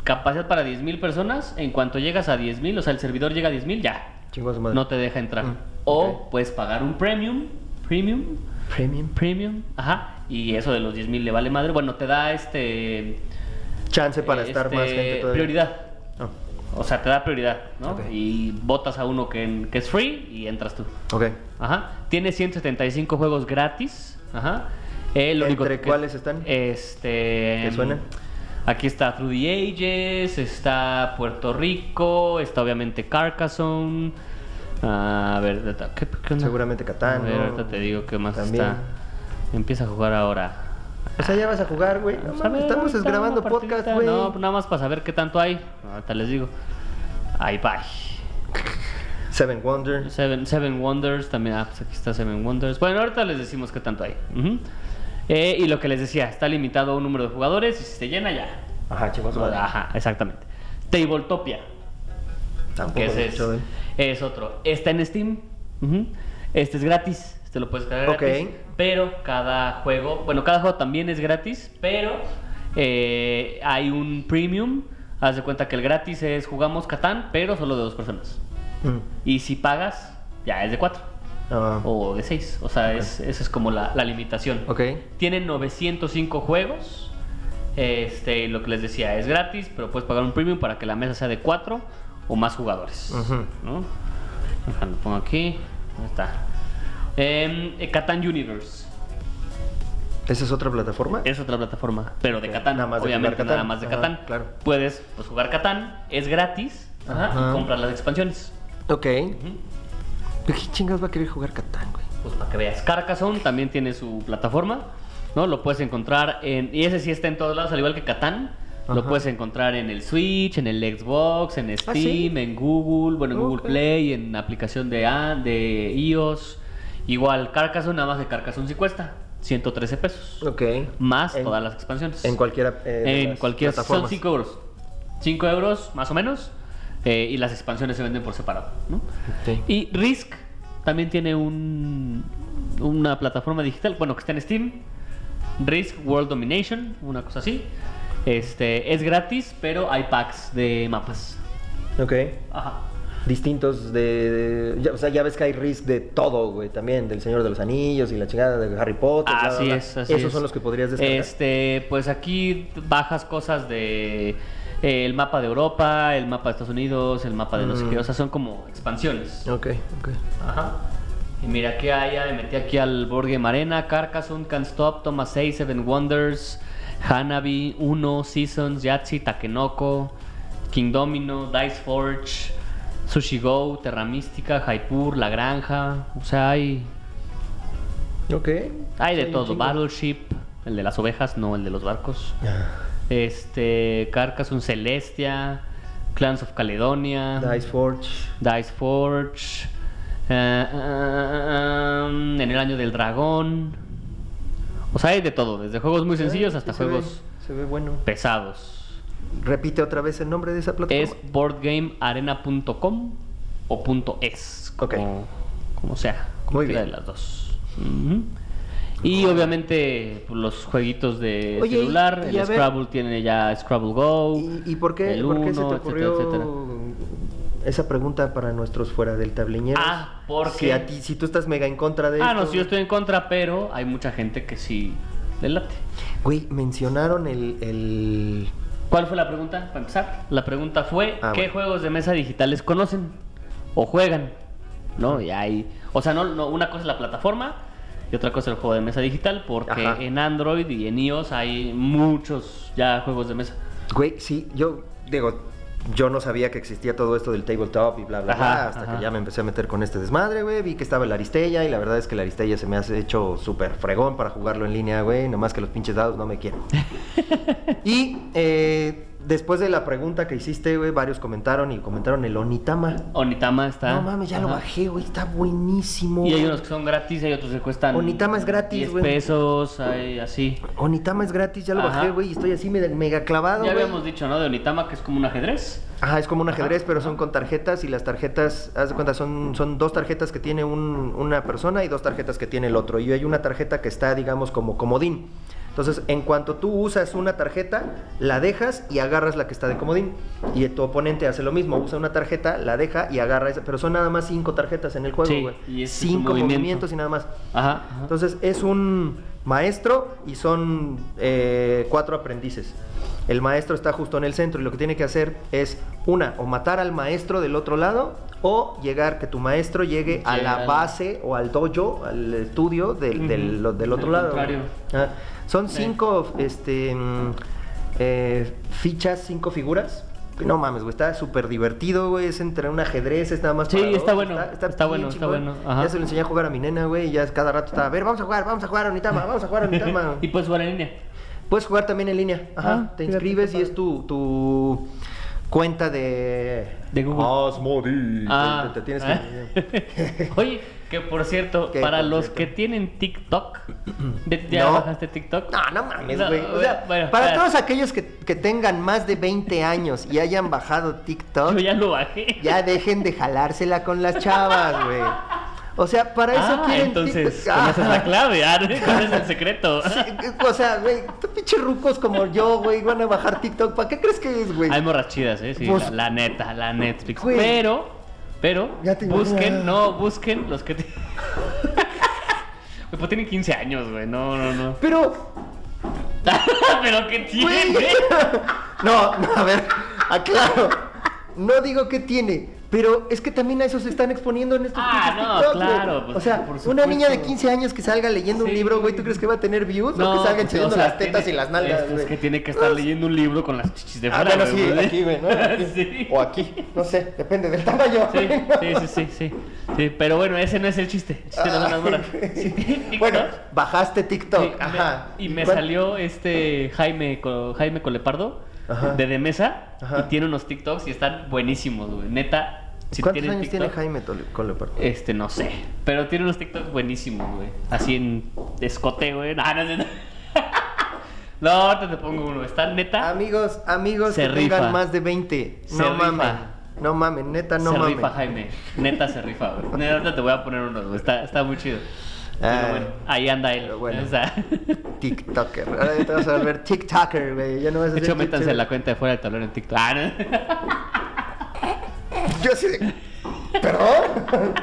Speaker 1: capacidad para 10.000 personas, en cuanto llegas a 10.000, o sea, el servidor llega a 10.000, ya.
Speaker 2: Chingo a su madre.
Speaker 1: No te deja entrar.
Speaker 2: Mm,
Speaker 1: O
Speaker 2: ok.
Speaker 1: puedes pagar un premium, premium,
Speaker 2: Premium.
Speaker 1: premium, ajá, y eso de los 10.000 le vale madre. Bueno, te da este...
Speaker 2: Chance para estar más
Speaker 1: este,
Speaker 2: gente todavía.
Speaker 1: Prioridad.
Speaker 2: Ah,
Speaker 1: O sea, te da prioridad, ¿no?
Speaker 2: Ok.
Speaker 1: Y votas a uno que, que es free y entras tú.
Speaker 2: ok.
Speaker 1: Ajá. Tiene 175 juegos gratis. Ajá. Eh, lo único
Speaker 2: ¿Entre
Speaker 1: que-
Speaker 2: cuáles están?
Speaker 1: Este.
Speaker 2: ¿Te suena?
Speaker 1: Aquí está Through the Ages, está Puerto Rico, está obviamente Carcassonne. Ah, A ver, ¿qué, qué onda?
Speaker 2: Seguramente Catán,
Speaker 1: A ver,
Speaker 2: ¿no?
Speaker 1: ahorita te digo qué más
Speaker 2: También.
Speaker 1: está. Empieza a jugar ahora.
Speaker 2: O sea, ya vas a jugar, güey. No
Speaker 1: Vamos a
Speaker 2: mames,
Speaker 1: ver,
Speaker 2: estamos
Speaker 1: ahorita
Speaker 2: grabando
Speaker 1: una
Speaker 2: podcast,
Speaker 1: partidita.
Speaker 2: güey.
Speaker 1: No, nada más para saber qué tanto hay. Ahorita les digo. Ahí bye.
Speaker 2: Seven Wonders.
Speaker 1: Seven, Seven Wonders, también, ah, pues aquí está Seven Wonders. Bueno, ahorita les decimos qué tanto hay. Ujú. Eh, y lo que les decía, está limitado a un número de jugadores y si se llena ya.
Speaker 2: Ajá, chicos. madre.
Speaker 1: Ajá, exactamente. Tabletopia,
Speaker 2: Tampoco. ¿eh?
Speaker 1: que
Speaker 2: lo he
Speaker 1: ese es,
Speaker 2: hecho, güey.
Speaker 1: es otro. Está en Steam. Ujú. Este es gratis, este lo puedes cargar
Speaker 2: Ok.
Speaker 1: gratis. Pero cada juego, bueno, cada juego también es gratis, pero eh, hay un premium. Haz de cuenta que el gratis es jugamos Catán, pero solo de dos personas.
Speaker 2: Mm.
Speaker 1: Y si pagas, ya es de cuatro
Speaker 2: Ah,
Speaker 1: o de 6. O sea, es, esa es como la, la limitación.
Speaker 2: ok.
Speaker 1: Tiene 905 juegos. Este, lo que les decía, es gratis, pero puedes pagar un premium para que la mesa sea de 4 o más jugadores.
Speaker 2: Ujú.
Speaker 1: ¿no? Ajá, Lo pongo aquí. Ahí está. Em, eh, Catán Universe.
Speaker 2: ¿Esa es otra plataforma?
Speaker 1: Es otra plataforma, pero de
Speaker 2: Ok,
Speaker 1: Catán.
Speaker 2: nada más de
Speaker 1: obviamente,
Speaker 2: jugar
Speaker 1: nada
Speaker 2: Catán.
Speaker 1: más de
Speaker 2: Ajá,
Speaker 1: Catán.
Speaker 2: claro.
Speaker 1: Puedes pues, jugar Catán, es gratis. ajá,
Speaker 2: Ajá.
Speaker 1: Y comprar las expansiones.
Speaker 2: Ok. ¿Qué chingas va a querer jugar Catán, güey?
Speaker 1: Pues para que veas. Carcassonne también tiene su plataforma, ¿no? Lo puedes encontrar en. Y ese sí está en todos lados, al igual que Catán. Lo
Speaker 2: Ajá. Ah,
Speaker 1: puedes encontrar en el Switch, en el Xbox, en Steam,
Speaker 2: sí?
Speaker 1: en Google, bueno, en Google
Speaker 2: Ok.
Speaker 1: Play, en aplicación de, An- de iOS. Igual, Carcassonne, nada más de Carcassonne sí cuesta 113 pesos.
Speaker 2: Ok.
Speaker 1: Más
Speaker 2: En-
Speaker 1: todas las expansiones.
Speaker 2: En cualquiera. eh, de
Speaker 1: En
Speaker 2: las
Speaker 1: cualquier. Son
Speaker 2: plataformas.
Speaker 1: 5 euros. 5 euros, más o menos. eh, y las expansiones se venden por separado, ¿no?
Speaker 2: Sí.
Speaker 1: Y Risk también tiene un, una plataforma digital, bueno, que está en Steam. Risk World Domination, una cosa así. Este, es gratis, pero hay packs de mapas.
Speaker 2: Ok.
Speaker 1: Ajá.
Speaker 2: distintos de, de- ya- o sea ya ves que hay risk de todo güey también del Señor de los Anillos y la chingada de Harry Potter bla, bla,
Speaker 1: Ah, Así
Speaker 2: bla.
Speaker 1: es, así
Speaker 2: Pues esos
Speaker 1: es.
Speaker 2: son los que podrías descargar
Speaker 1: Este, pues aquí bajas cosas de eh, el mapa de Europa, el mapa de Estados Unidos, el mapa de no sé
Speaker 2: Mm.
Speaker 1: qué, o sea, son como expansiones.
Speaker 2: Ok, ok.
Speaker 1: Ajá. Y mira que hay, ya le metí aquí al Borgue Marena, Carcassonne, Can't Stop, Toma 6, Seven Wonders, Hanabi, Uno, Seasons, Yahtzee, Takenoko, King Domino, Dice Forge, Sushi Go, Terra Mística, Jaipur, La Granja. O sea, hay,
Speaker 2: Ok.
Speaker 1: hay de
Speaker 2: Sí, un
Speaker 1: todo.
Speaker 2: chingo.
Speaker 1: Battleship, el de las ovejas, no el de los barcos.
Speaker 2: Ah,
Speaker 1: Este, Carcassonne Celestia, Clans of Caledonia,
Speaker 2: Dice Forge.
Speaker 1: Dice Forge, eh, eh, em, en el año del dragón. O sea, hay de todo, desde juegos muy sencillos
Speaker 2: Eh,
Speaker 1: hasta
Speaker 2: sí se ve,
Speaker 1: juegos
Speaker 2: Se ve bueno.
Speaker 1: pesados.
Speaker 2: Repite otra vez el nombre de esa plataforma.
Speaker 1: Es boardgamearena.com o punto .es, como,
Speaker 2: Ok.
Speaker 1: como sea, como
Speaker 2: Muy
Speaker 1: quiera
Speaker 2: bien.
Speaker 1: de las dos. Ujú. Y obviamente pues, los jueguitos de
Speaker 2: Oye, y-
Speaker 1: celular,
Speaker 2: y a
Speaker 1: el
Speaker 2: ver-
Speaker 1: Scrabble tiene ya Scrabble Go.
Speaker 2: ¿Y, y por, qué,
Speaker 1: el
Speaker 2: por qué se
Speaker 1: Uno,
Speaker 2: te
Speaker 1: etcétera,
Speaker 2: ocurrió
Speaker 1: etcétera.
Speaker 2: esa pregunta para nuestros fuera del tabliñero?
Speaker 1: Ah, porque-
Speaker 2: Si, a ti, si tú estás mega en contra de
Speaker 1: Ah, no,
Speaker 2: esto-
Speaker 1: sí, yo estoy en contra, pero hay mucha gente que sí le late.
Speaker 2: Güey, mencionaron el... el-
Speaker 1: ¿Cuál fue la pregunta? Para empezar, la pregunta fue:
Speaker 2: Ah,
Speaker 1: ¿qué
Speaker 2: bueno.
Speaker 1: juegos de mesa digitales conocen o juegan? ¿No? Y hay. O sea, no, no, una cosa es la plataforma y otra cosa es el juego de mesa digital, porque
Speaker 2: Ajá.
Speaker 1: en Android y en iOS hay muchos ya juegos de mesa.
Speaker 2: Güey, sí, yo digo, yo no sabía que existía todo esto del tabletop y bla, bla, bla,
Speaker 1: Ajá,
Speaker 2: hasta
Speaker 1: ajá.
Speaker 2: que ya me empecé a meter con este desmadre, güey. Vi que estaba el Aristella y la verdad es que el Aristella se me ha hecho súper fregón para jugarlo en línea, güey. Nomás que los pinches dados no me quieren. y eh, después de la pregunta que hiciste, güey, varios comentaron y comentaron el Onitama.
Speaker 1: Onitama está.
Speaker 2: No mames, ya lo
Speaker 1: Ajá.
Speaker 2: bajé, güey, está buenísimo.
Speaker 1: Y hay unos que son gratis, hay otros que cuestan.
Speaker 2: Onitama es gratis,
Speaker 1: 10
Speaker 2: güey.
Speaker 1: pesos, hay así.
Speaker 2: Onitama es gratis, ya lo
Speaker 1: Ajá.
Speaker 2: bajé, güey, y estoy así me- mega clavado,
Speaker 1: Ya
Speaker 2: güey.
Speaker 1: habíamos dicho, ¿no? De Onitama, que es como un ajedrez.
Speaker 2: Ajá, es como un ajedrez, pero son con tarjetas y las tarjetas, haz de cuenta, son, son dos tarjetas que tiene un- una persona y dos tarjetas que tiene el otro. Y hay una tarjeta que está, digamos, como comodín. Entonces, en cuanto tú usas una tarjeta, la dejas y agarras la que está de comodín. Y tu oponente hace lo mismo, usa una tarjeta, la deja y agarra esa. Pero son nada más cinco tarjetas en el juego,
Speaker 1: Sí,
Speaker 2: güey.
Speaker 1: y ese es su
Speaker 2: cinco
Speaker 1: movimiento.
Speaker 2: movimientos y nada más.
Speaker 1: Ajá. ajá.
Speaker 2: Entonces es un maestro y son eh, cuatro aprendices. El maestro está justo en el centro y lo que tiene que hacer es una, o matar al maestro del otro lado o llegar, que tu maestro llegue a
Speaker 1: Llega
Speaker 2: la
Speaker 1: al-
Speaker 2: base o al dojo, al estudio del, del-
Speaker 1: Ujú,
Speaker 2: del otro
Speaker 1: del
Speaker 2: lado.
Speaker 1: contrario.
Speaker 2: Ah, son
Speaker 1: Sí.
Speaker 2: cinco este, mm, eh, fichas, cinco figuras. No mames, güey, está súper divertido, güey. Es entre un ajedrez, es nada más.
Speaker 1: Sí,
Speaker 2: para
Speaker 1: está
Speaker 2: dos,
Speaker 1: bueno, está
Speaker 2: bien
Speaker 1: bueno, está
Speaker 2: chingón.
Speaker 1: bueno, ajá.
Speaker 2: Ya se lo enseñé a jugar a mi nena, güey, y ya cada rato estaba, a ver, vamos a jugar, vamos a jugar a Onitama, vamos a jugar a Onitama.
Speaker 1: y puedes jugar en línea.
Speaker 2: Puedes jugar también en línea, ajá,
Speaker 1: Ah, fíjate,
Speaker 2: te inscribes
Speaker 1: qué
Speaker 2: y es tu, tu cuenta de...
Speaker 1: De Google.
Speaker 2: Asmodee.
Speaker 1: Ah.
Speaker 2: Te, te tienes que...
Speaker 1: Oye, que por cierto,
Speaker 2: Que
Speaker 1: para
Speaker 2: por
Speaker 1: los
Speaker 2: cierto.
Speaker 1: que tienen TikTok, ¿de- ¿ya
Speaker 2: No.
Speaker 1: bajaste TikTok?
Speaker 2: No, no mames,
Speaker 1: No,
Speaker 2: güey. o sea,
Speaker 1: bueno,
Speaker 2: para
Speaker 1: espera.
Speaker 2: todos aquellos que, que tengan más de 20 años y hayan bajado TikTok,
Speaker 1: Yo ya lo bajé.
Speaker 2: Ya dejen de jalársela con las chavas, güey. O sea, para eso
Speaker 1: ah,
Speaker 2: quieren
Speaker 1: entonces,
Speaker 2: TikTok.
Speaker 1: con esa es
Speaker 2: Ah,
Speaker 1: la clave, ah, ¿cuál es el secreto?
Speaker 2: sí, O sea, güey, tú pinches rucos como yo, güey, van a bajar TikTok. ¿Para qué crees que es, güey?
Speaker 1: Hay morrachidas, eh, sí, la,
Speaker 2: Pues-
Speaker 1: la neta, la Netflix.
Speaker 2: Güey.
Speaker 1: Pero, pero,
Speaker 2: Ya te imaginas.
Speaker 1: busquen, no, busquen los que... te- Güey, pues tienen 15 años, güey, no, no, no.
Speaker 2: Pero,
Speaker 1: pero ¿qué tiene?
Speaker 2: güey. No, no, a ver, aclaro. No digo que tiene. Pero es que también a eso se están exponiendo en estos
Speaker 1: Ah,
Speaker 2: pinches
Speaker 1: no,
Speaker 2: TikTok, güey.
Speaker 1: claro, pues,
Speaker 2: o sea,
Speaker 1: por
Speaker 2: una
Speaker 1: supuesto.
Speaker 2: niña de 15 años que salga leyendo un
Speaker 1: Sí.
Speaker 2: libro, güey, ¿tú crees que va a tener views? o que salga
Speaker 1: pues,
Speaker 2: enseñando
Speaker 1: o sea,
Speaker 2: las tetas
Speaker 1: tiene-
Speaker 2: y las nalgas,
Speaker 1: Es, es
Speaker 2: güey.
Speaker 1: que tiene que estar leyendo un libro con las chichis de
Speaker 2: Ah,
Speaker 1: fuera,
Speaker 2: bueno, sí,
Speaker 1: güey.
Speaker 2: aquí, güey, ¿no? Aquí.
Speaker 1: sí.
Speaker 2: O aquí, no sé, depende del tamaño.
Speaker 1: Sí,
Speaker 2: güey.
Speaker 1: sí, sí, sí, sí, sí. Pero bueno, ese no es el chiste. El chiste no son las morras. Sí, TikTok,
Speaker 2: Ah, bueno,
Speaker 1: sí,
Speaker 2: bajaste TikTok,
Speaker 1: me-
Speaker 2: ajá.
Speaker 1: y me
Speaker 2: ¿Cuál?
Speaker 1: salió este Jaime, Co- Jaime Colepardo
Speaker 2: Ajá.
Speaker 1: de De Mesa
Speaker 2: Ajá.
Speaker 1: y tiene unos TikToks y están buenísimos, güey. Neta, si
Speaker 2: ¿Cuántos
Speaker 1: tienen
Speaker 2: años
Speaker 1: TikTok,
Speaker 2: tiene Jaime Tol- con Leopardo?
Speaker 1: Este, no sé. Pero tiene unos TikToks buenísimos, güey. Así en escote, güey. Ah, no, no, no. No, ahorita te pongo uno. Está neta.
Speaker 2: Amigos, amigos
Speaker 1: Se
Speaker 2: que tengan
Speaker 1: rifa.
Speaker 2: más de 20.
Speaker 1: Se
Speaker 2: no
Speaker 1: rifa.
Speaker 2: mamen. No mamen, neta, Ah, no
Speaker 1: se
Speaker 2: mamen.
Speaker 1: rifa, Jaime. Neta se rifa, güey. Neta, ahorita te voy a poner uno, güey. Está, está muy chido.
Speaker 2: Ah.
Speaker 1: Pero bueno, ahí anda él.
Speaker 2: Pero bueno.
Speaker 1: O sea,
Speaker 2: TikToker. Ahora te vas a volver TikToker, güey. Ya no vas a
Speaker 1: de hecho,
Speaker 2: ser
Speaker 1: métanse
Speaker 2: TikToker.
Speaker 1: en la cuenta de fuera del tablero en TikTok. Ah, no.
Speaker 2: Yo así de. ¿Perdón?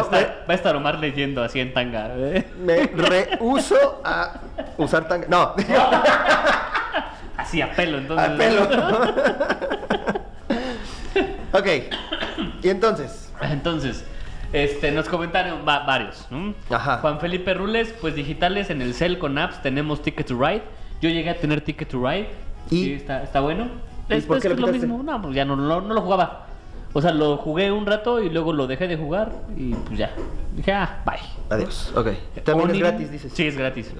Speaker 1: Está- Va a estar Omar leyendo así en tanga. güey.
Speaker 2: me, me rehuso a usar tanga. No,
Speaker 1: Así a pelo, entonces.
Speaker 2: Al pelo. ok. Y entonces.
Speaker 1: Entonces, este, nos comentaron va- varios. ¿no?
Speaker 2: Ajá.
Speaker 1: Juan Felipe Rules, pues digitales en el cel con apps tenemos Ticket to Ride. Yo llegué a tener Ticket to Ride.
Speaker 2: ¿Y?
Speaker 1: Sí, está, está bueno.
Speaker 2: ¿Y
Speaker 1: Es,
Speaker 2: por
Speaker 1: pues,
Speaker 2: qué lo
Speaker 1: es lo
Speaker 2: quitaste?
Speaker 1: mismo. No, pues ya no, no, no lo jugaba. O sea, lo jugué un rato y luego lo dejé de jugar y pues ya. Dije, ah, bye.
Speaker 2: Adiós. Ok. También es
Speaker 1: Onirim-
Speaker 2: gratis, dices.
Speaker 1: Sí, es gratis.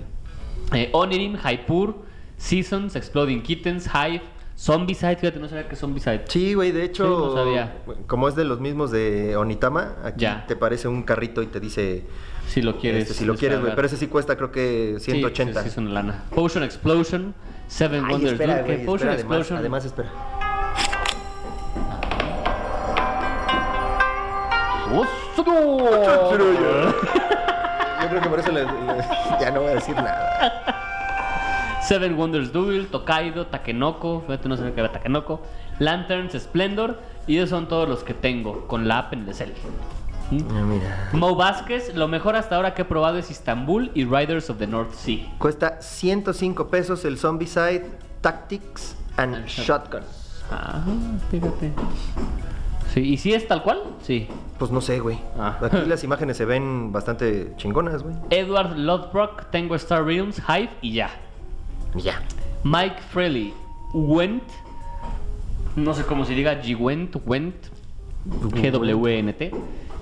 Speaker 1: Eh, Onirim, Haipur, Seasons, Exploding Kittens, Hive, Zombicide, fíjate, no sabía que es Zombicide.
Speaker 2: Sí, güey, de hecho,
Speaker 1: Sí, no sabía.
Speaker 2: como es de los mismos de Onitama, aquí
Speaker 1: Ya.
Speaker 2: te parece un carrito y te dice
Speaker 1: Si lo quieres.
Speaker 2: este, si lo quieres, güey,
Speaker 1: descargar.
Speaker 2: pero ese sí cuesta creo que
Speaker 1: Sí,
Speaker 2: 180.
Speaker 1: Sí, sí, es una lana. Potion Explosion, Seven
Speaker 2: Ay,
Speaker 1: Wonders.
Speaker 2: espera,
Speaker 1: Dude, que
Speaker 2: güey,
Speaker 1: Potion
Speaker 2: espera, además,
Speaker 1: Explosion.
Speaker 2: además, espera.
Speaker 1: Oh.
Speaker 2: Yo creo que por eso le- le- ya no voy a decir nada.
Speaker 1: Seven Wonders Duel, Tokaido, Takenoko, fíjate, no sabía que era Takenoko, Lanterns, Splendor, y esos son todos los que tengo con la app en el cel. ¿Mm?
Speaker 2: No, mira.
Speaker 1: Mo Vázquez, lo mejor hasta ahora que he probado es Istanbul y Riders of the North Sea.
Speaker 2: Cuesta 105 pesos el Zombicide Tactics and
Speaker 1: And
Speaker 2: Shotgun.
Speaker 1: Ah, fíjate. Sí, ¿y si es tal cual? Sí.
Speaker 2: Pues no sé, güey.
Speaker 1: Ah.
Speaker 2: Aquí las imágenes se ven bastante chingonas, güey.
Speaker 1: Edward Lodbrock, Tengo Star Realms, Hive y ya.
Speaker 2: Y ya.
Speaker 1: Mike Freley, Went, no sé cómo se diga, Gwent, Went, G-W-N-T,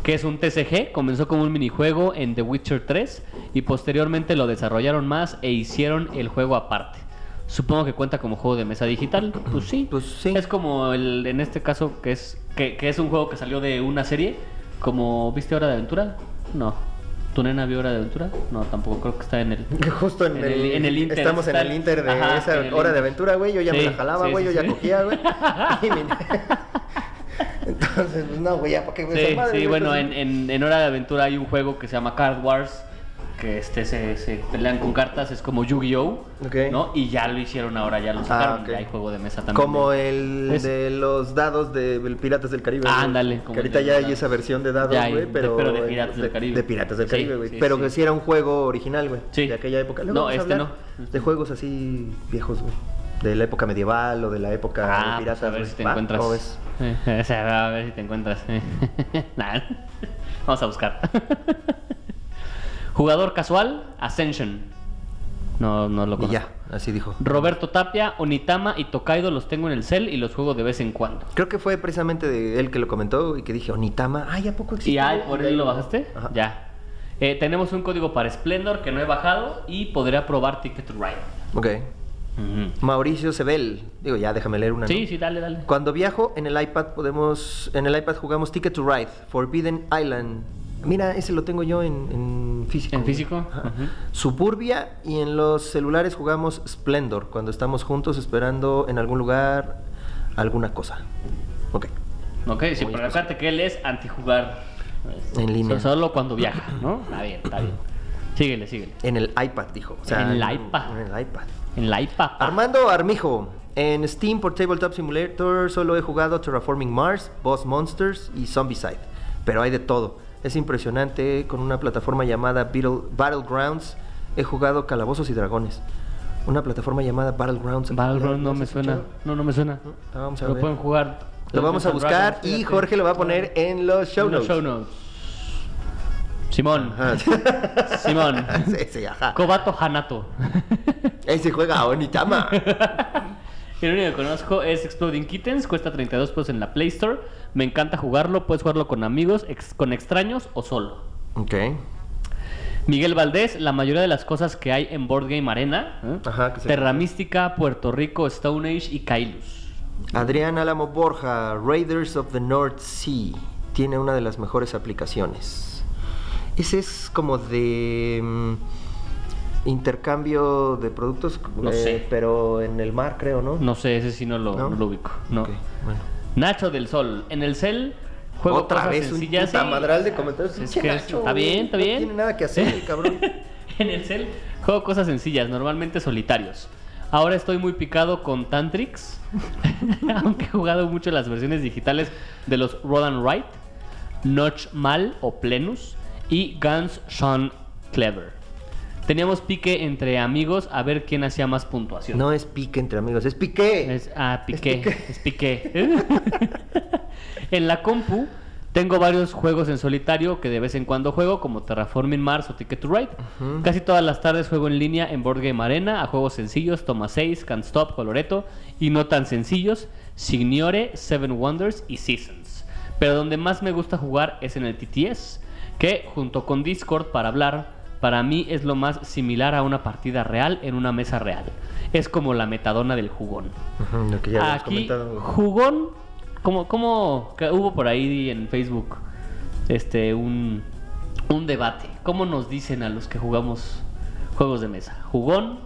Speaker 1: que es un TCG, comenzó como un minijuego en The Witcher 3 y posteriormente lo desarrollaron más e hicieron el juego aparte. Supongo que cuenta como juego de mesa digital, pues sí.
Speaker 2: Pues sí.
Speaker 1: Es como el, en este caso, que es, que, que es un juego que salió de una serie, como, ¿viste Hora de Aventura? No. ¿Tu nena vio Hora de Aventura? No, tampoco creo que está en el...
Speaker 2: Que justo en,
Speaker 1: En
Speaker 2: el,
Speaker 1: el- en el Inter
Speaker 2: Estamos en
Speaker 1: está-
Speaker 2: el Inter de
Speaker 1: Ajá,
Speaker 2: esa
Speaker 1: en el
Speaker 2: hora de
Speaker 1: Inter.
Speaker 2: aventura, güey. Yo ya me
Speaker 1: Sí,
Speaker 2: la jalaba,
Speaker 1: sí,
Speaker 2: güey.
Speaker 1: sí,
Speaker 2: yo ya
Speaker 1: sí.
Speaker 2: cogía, güey. Y mi- Entonces, pues no, güey, ya para qué, güey.
Speaker 1: Sí,
Speaker 2: esa madre,
Speaker 1: sí,
Speaker 2: güey,
Speaker 1: bueno,
Speaker 2: pues,
Speaker 1: en, en- en Hora de Aventura hay un juego que se llama Card Wars, que este se, se pelean con cartas, es como Yu-Gi-Oh!
Speaker 2: Ok. Ah,
Speaker 1: ¿no? Y ya lo hicieron ahora, ya lo sacaron,
Speaker 2: ok.
Speaker 1: ya hay juego de mesa también.
Speaker 2: Como el
Speaker 1: Es-
Speaker 2: de los dados de Piratas del Caribe.
Speaker 1: Ah,
Speaker 2: güey.
Speaker 1: ándale, como
Speaker 2: Que
Speaker 1: el
Speaker 2: ahorita
Speaker 1: de
Speaker 2: ya
Speaker 1: los
Speaker 2: hay esa
Speaker 1: dados.
Speaker 2: versión de dados,
Speaker 1: Ya hay,
Speaker 2: güey.
Speaker 1: de-
Speaker 2: Pero,
Speaker 1: pero de Piratas del Caribe.
Speaker 2: De Piratas del
Speaker 1: Sí,
Speaker 2: Caribe, güey.
Speaker 1: sí,
Speaker 2: pero
Speaker 1: sí.
Speaker 2: que sí era un juego original, güey.
Speaker 1: Sí.
Speaker 2: De aquella época. Luego
Speaker 1: No,
Speaker 2: vamos a
Speaker 1: este
Speaker 2: hablar
Speaker 1: no.
Speaker 2: De juegos así viejos, güey. De la época medieval o de la época
Speaker 1: Ah,
Speaker 2: de
Speaker 1: pues
Speaker 2: piratas.
Speaker 1: a ver
Speaker 2: güey.
Speaker 1: si te
Speaker 2: ¿Va?
Speaker 1: encuentras.
Speaker 2: ¿Cómo ves?
Speaker 1: Eh, o sea, a ver si te encuentras. Nah, Vamos a buscar. Jugador casual, Ascension. No, no lo
Speaker 2: Y
Speaker 1: conozco.
Speaker 2: ya, así dijo.
Speaker 1: Roberto Tapia, Onitama y Tokaido los tengo en el cel y los juego de vez en cuando.
Speaker 2: Creo que fue precisamente de él que lo comentó y que dije, Onitama, ay, ¿a poco existe?
Speaker 1: ¿Y ay, por él lo bajaste?
Speaker 2: Ajá.
Speaker 1: Ya. Eh, tenemos un código para Splendor que no he bajado y podría probar Ticket to Ride.
Speaker 2: Ok. Mauricio Sebel. Digo, ya déjame leer una.
Speaker 1: Sí,
Speaker 2: ¿no?
Speaker 1: sí, dale, dale.
Speaker 2: Cuando viajo en el iPad podemos, en el iPad jugamos Ticket to Ride, Forbidden Island. Mira, ese lo tengo yo en, en físico.
Speaker 1: ¿En
Speaker 2: güey.
Speaker 1: físico?
Speaker 2: Ajá.
Speaker 1: Ujú.
Speaker 2: Suburbia y en los celulares jugamos Splendor cuando estamos juntos esperando en algún lugar alguna cosa. Ok.
Speaker 1: Ok, sí, pero acuérdate que él es antijugar.
Speaker 2: En línea.
Speaker 1: So- Solo cuando viaja, ¿no? Está bien, está bien. Síguele, síguele.
Speaker 2: En el iPad dijo. O sea,
Speaker 1: En el iPad.
Speaker 2: En el iPad.
Speaker 1: En la iPad.
Speaker 2: Ah, Armando Armijo. En Steam por Tabletop Simulator solo he jugado Terraforming Mars, Boss Monsters y Zombicide. Pero hay de todo. Es impresionante. eh, Con una plataforma llamada Beetle- Battlegrounds he jugado Calabozos y Dragones. Una plataforma llamada Battlegrounds.
Speaker 1: Battleground
Speaker 2: ¿La
Speaker 1: no
Speaker 2: has
Speaker 1: me suena.
Speaker 2: escuchado?
Speaker 1: No, no me suena.
Speaker 2: Ah, vamos a
Speaker 1: Lo
Speaker 2: ver.
Speaker 1: pueden jugar.
Speaker 2: Lo vamos a buscar y Jorge lo va a poner en los show
Speaker 1: En los
Speaker 2: notes.
Speaker 1: show notes. Simón.
Speaker 2: Ajá.
Speaker 1: Simón.
Speaker 2: Sí, sí, ajá.
Speaker 1: Kobato Hanato.
Speaker 2: Ese juega a Onitama.
Speaker 1: El único que conozco es Exploding Kittens, cuesta 32 pesos en la Play Store. Me encanta jugarlo, puedes jugarlo con amigos, ex- con extraños o solo.
Speaker 2: ok.
Speaker 1: Miguel Valdés, la mayoría de las cosas que hay en Board Game Arena, ¿eh?
Speaker 2: Ajá, que se-
Speaker 1: Terra Mística, Puerto Rico, Stone Age y Kailus.
Speaker 2: Adrián Álamo Borja, Raiders of the North Sea, tiene una de las mejores aplicaciones. Ese es como de mm, intercambio de productos, eh,
Speaker 1: No sé.
Speaker 2: pero en el mar creo, ¿no?
Speaker 1: No sé, ese sí no lo,
Speaker 2: ¿No?
Speaker 1: no lo ubico. No.
Speaker 2: Ok, bueno.
Speaker 1: Nacho del Sol, en el cel juego
Speaker 2: Otra
Speaker 1: cosas
Speaker 2: vez un
Speaker 1: sencillas
Speaker 2: puta
Speaker 1: y-
Speaker 2: madral de comentarios.
Speaker 1: Es
Speaker 2: Che,
Speaker 1: que es-
Speaker 2: Nacho,
Speaker 1: está bien,
Speaker 2: güey,
Speaker 1: está
Speaker 2: no
Speaker 1: bien.
Speaker 2: tiene nada que hacer, el cabrón.
Speaker 1: en el cel juego cosas sencillas, normalmente solitarios. Ahora estoy muy picado con Tantrix, aunque he jugado mucho las versiones digitales de los Rodan Wright, Notch Mal o Plenus y Guns Sean Clever. Teníamos pique entre amigos a ver quién hacía más puntuación.
Speaker 2: No es pique entre amigos, es pique.
Speaker 1: Es, ah, piqué, es piqué. en la compu tengo varios juegos en solitario que de vez en cuando juego, como Terraforming Mars o Ticket to Ride. Casi todas las tardes juego en línea en Board Game Arena a juegos sencillos, Toma 6, Can't Stop, Coloreto, y no tan sencillos, Signore, Seven Wonders y Seasons. Pero donde más me gusta jugar es en el TTS, que junto con Discord para hablar, para mí es lo más similar a una partida real en una mesa real. Es como la metadona del jugón.
Speaker 2: Ujú, Lo que ya habíamos
Speaker 1: Aquí,
Speaker 2: comentado.
Speaker 1: jugón, como, como que hubo por ahí en Facebook este un, un debate. ¿Cómo nos dicen a los que jugamos juegos de mesa? ¿Jugón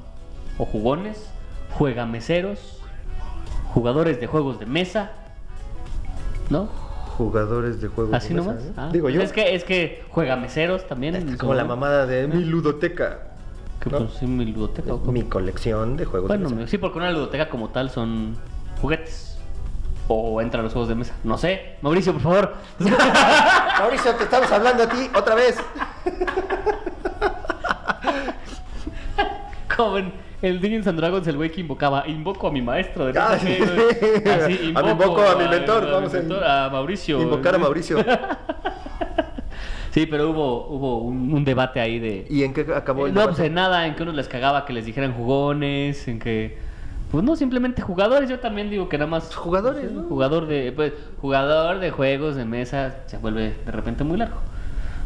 Speaker 1: o jugones? ¿Juega meseros? ¿Jugadores de juegos de mesa? ¿No?
Speaker 2: Jugadores de juegos. de
Speaker 1: ¿Así
Speaker 2: mesa,
Speaker 1: nomás?
Speaker 2: ¿eh?
Speaker 1: Ah,
Speaker 2: Digo yo.
Speaker 1: Es que, es que juega meseros también.
Speaker 2: Es
Speaker 1: en Ah. su
Speaker 2: como la
Speaker 1: momento.
Speaker 2: mamada de mi ludoteca.
Speaker 1: Que
Speaker 2: ¿no?
Speaker 1: pues sí, mi ludoteca.
Speaker 2: Es mi colección de juegos
Speaker 1: Bueno,
Speaker 2: de mesa.
Speaker 1: sí, porque una ludoteca como tal son juguetes. O entran los juegos de mesa. No sé. Mauricio, por favor.
Speaker 2: Mauricio, te estamos hablando a ti otra vez.
Speaker 1: como en el Dungeons and Dragons, el güey que invocaba. Invoco a mi maestro. De no
Speaker 2: Ah,
Speaker 1: sé qué, güey. Así,
Speaker 2: a mi invoco, a mi mentor,
Speaker 1: mi
Speaker 2: vamos a
Speaker 1: mentor, a Mauricio.
Speaker 2: Invocar a Mauricio.
Speaker 1: Sí, pero hubo, hubo un, un debate ahí de...
Speaker 2: ¿Y en qué acabó
Speaker 1: Eh,
Speaker 2: el
Speaker 1: No,
Speaker 2: debate?
Speaker 1: pues en nada, en que unos les cagaba que les dijeran jugones, en que. Pues no, simplemente jugadores. Yo también digo que nada más.
Speaker 2: Pues, Jugadores,
Speaker 1: sí,
Speaker 2: ¿no?
Speaker 1: Jugador de, pues, jugador de juegos de mesa se vuelve de repente muy largo.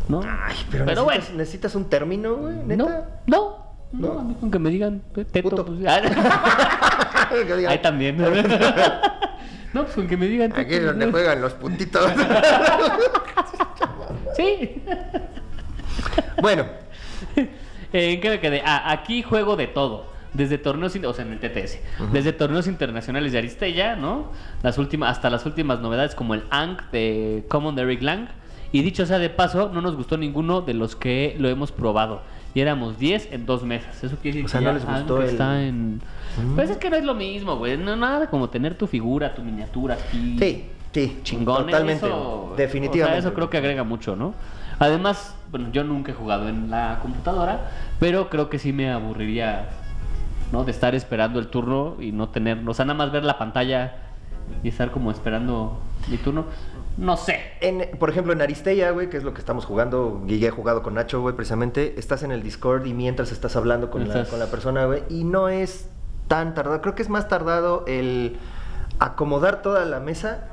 Speaker 1: ¿No?
Speaker 2: Ay, pero,
Speaker 1: Pero
Speaker 2: necesitas, necesitas un término, güey, neta.
Speaker 1: No, no, no,
Speaker 2: No.
Speaker 1: a mí con que me digan eh, teto.
Speaker 2: Puto.
Speaker 1: pues, ah,
Speaker 2: Que diga,
Speaker 1: ahí también. ¿no? No, pues con que me digan.
Speaker 2: Aquí
Speaker 1: teto,
Speaker 2: es donde
Speaker 1: pues,
Speaker 2: juegan los puntitos.
Speaker 1: Sí.
Speaker 2: bueno,
Speaker 1: Eh, ¿En qué me quedé? Ah, aquí juego de todo. Desde torneos, in- o sea, en el TTS. Desde torneos internacionales de Aristella, ¿no? Las últimas, hasta las últimas novedades como el ANC de Common de Eric Lang. Y dicho sea de paso, no nos gustó ninguno de los que lo hemos probado. Y éramos 10 en dos mesas. Eso quiere decir
Speaker 2: O sea,
Speaker 1: que
Speaker 2: no
Speaker 1: ya
Speaker 2: les gustó
Speaker 1: ANC
Speaker 2: el- Mm.
Speaker 1: está en... Pues es que no es lo mismo, güey. No nada como tener tu figura, tu miniatura aquí
Speaker 2: sí, sí.
Speaker 1: chingón.
Speaker 2: Totalmente.
Speaker 1: eso-
Speaker 2: definitivamente.
Speaker 1: o sea, eso creo que agrega mucho, ¿no? Además, bueno, yo nunca he jugado en la computadora, pero creo que sí me aburriría, ¿no? De estar esperando el turno y no tener, o sea, nada más ver la pantalla y estar como esperando mi turno. No sé.
Speaker 2: En- por ejemplo, en Aristella, güey, que es lo que estamos jugando, y ya he jugado con Nacho, güey, precisamente, estás en el Discord y mientras estás hablando con, la,
Speaker 1: Estás-
Speaker 2: con la persona, güey, y no es tan tardado, creo que es más tardado el acomodar toda la mesa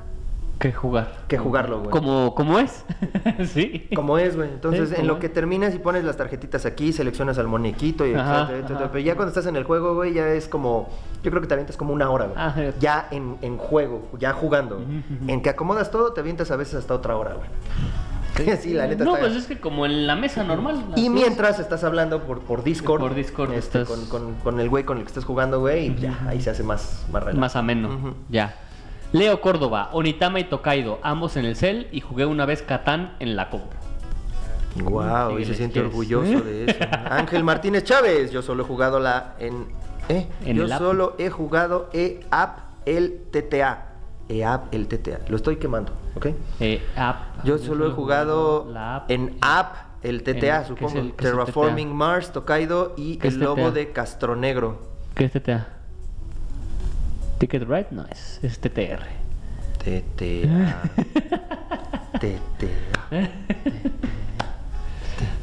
Speaker 1: ¿Qué jugar?
Speaker 2: que jugarlo, güey.
Speaker 1: Como, como es. sí.
Speaker 2: Como es, güey. Entonces,
Speaker 1: Sí,
Speaker 2: en
Speaker 1: como
Speaker 2: lo
Speaker 1: es.
Speaker 2: que terminas y pones las tarjetitas aquí, seleccionas al muñequito y
Speaker 1: Ajá,
Speaker 2: etcétera, etcétera.
Speaker 1: ajá.
Speaker 2: Pero ya cuando estás en el juego, güey, ya es como. Yo creo que te avientas como una hora, güey.
Speaker 1: Ah, sí.
Speaker 2: ya en, en juego, ya jugando. güey.
Speaker 1: Ujú, ujú.
Speaker 2: En que acomodas todo, te avientas a veces hasta otra hora, güey. Sí, la neta
Speaker 1: No,
Speaker 2: está-
Speaker 1: pues es que como en la mesa normal. así
Speaker 2: Y
Speaker 1: es.
Speaker 2: mientras estás hablando por, por Discord.
Speaker 1: Por Discord
Speaker 2: este,
Speaker 1: estás-
Speaker 2: con, con- con el güey con el que estás jugando, güey, y ya, ahí se hace más, más relajado.
Speaker 1: Más ameno,
Speaker 2: Ujú.
Speaker 1: ya. Leo Córdoba, Onitama y Tokaido, ambos en el cel y jugué una vez Catán en la compu.
Speaker 2: Guau,
Speaker 1: Sí,
Speaker 2: y se
Speaker 1: les
Speaker 2: siente
Speaker 1: quieres.
Speaker 2: orgulloso de eso. Ángel Martínez Chávez, yo solo he jugado la en ¿eh?
Speaker 1: En
Speaker 2: yo
Speaker 1: el app.
Speaker 2: solo he jugado EAP el TTA. EAP E el TTA. Lo estoy quemando, ¿ok?
Speaker 1: Eh, app.
Speaker 2: Yo solo he jugado
Speaker 1: la app.
Speaker 2: en app el TTA,
Speaker 1: En- ¿qué
Speaker 2: supongo.
Speaker 1: es el- qué es el
Speaker 2: Terraforming
Speaker 1: TTA?
Speaker 2: Mars, Tokaido y
Speaker 1: ¿Qué es
Speaker 2: el lobo
Speaker 1: TTA?
Speaker 2: de Castronegro.
Speaker 1: ¿Qué es TTA? Ticket Ride no es, es TTR.
Speaker 2: TTA. TTA.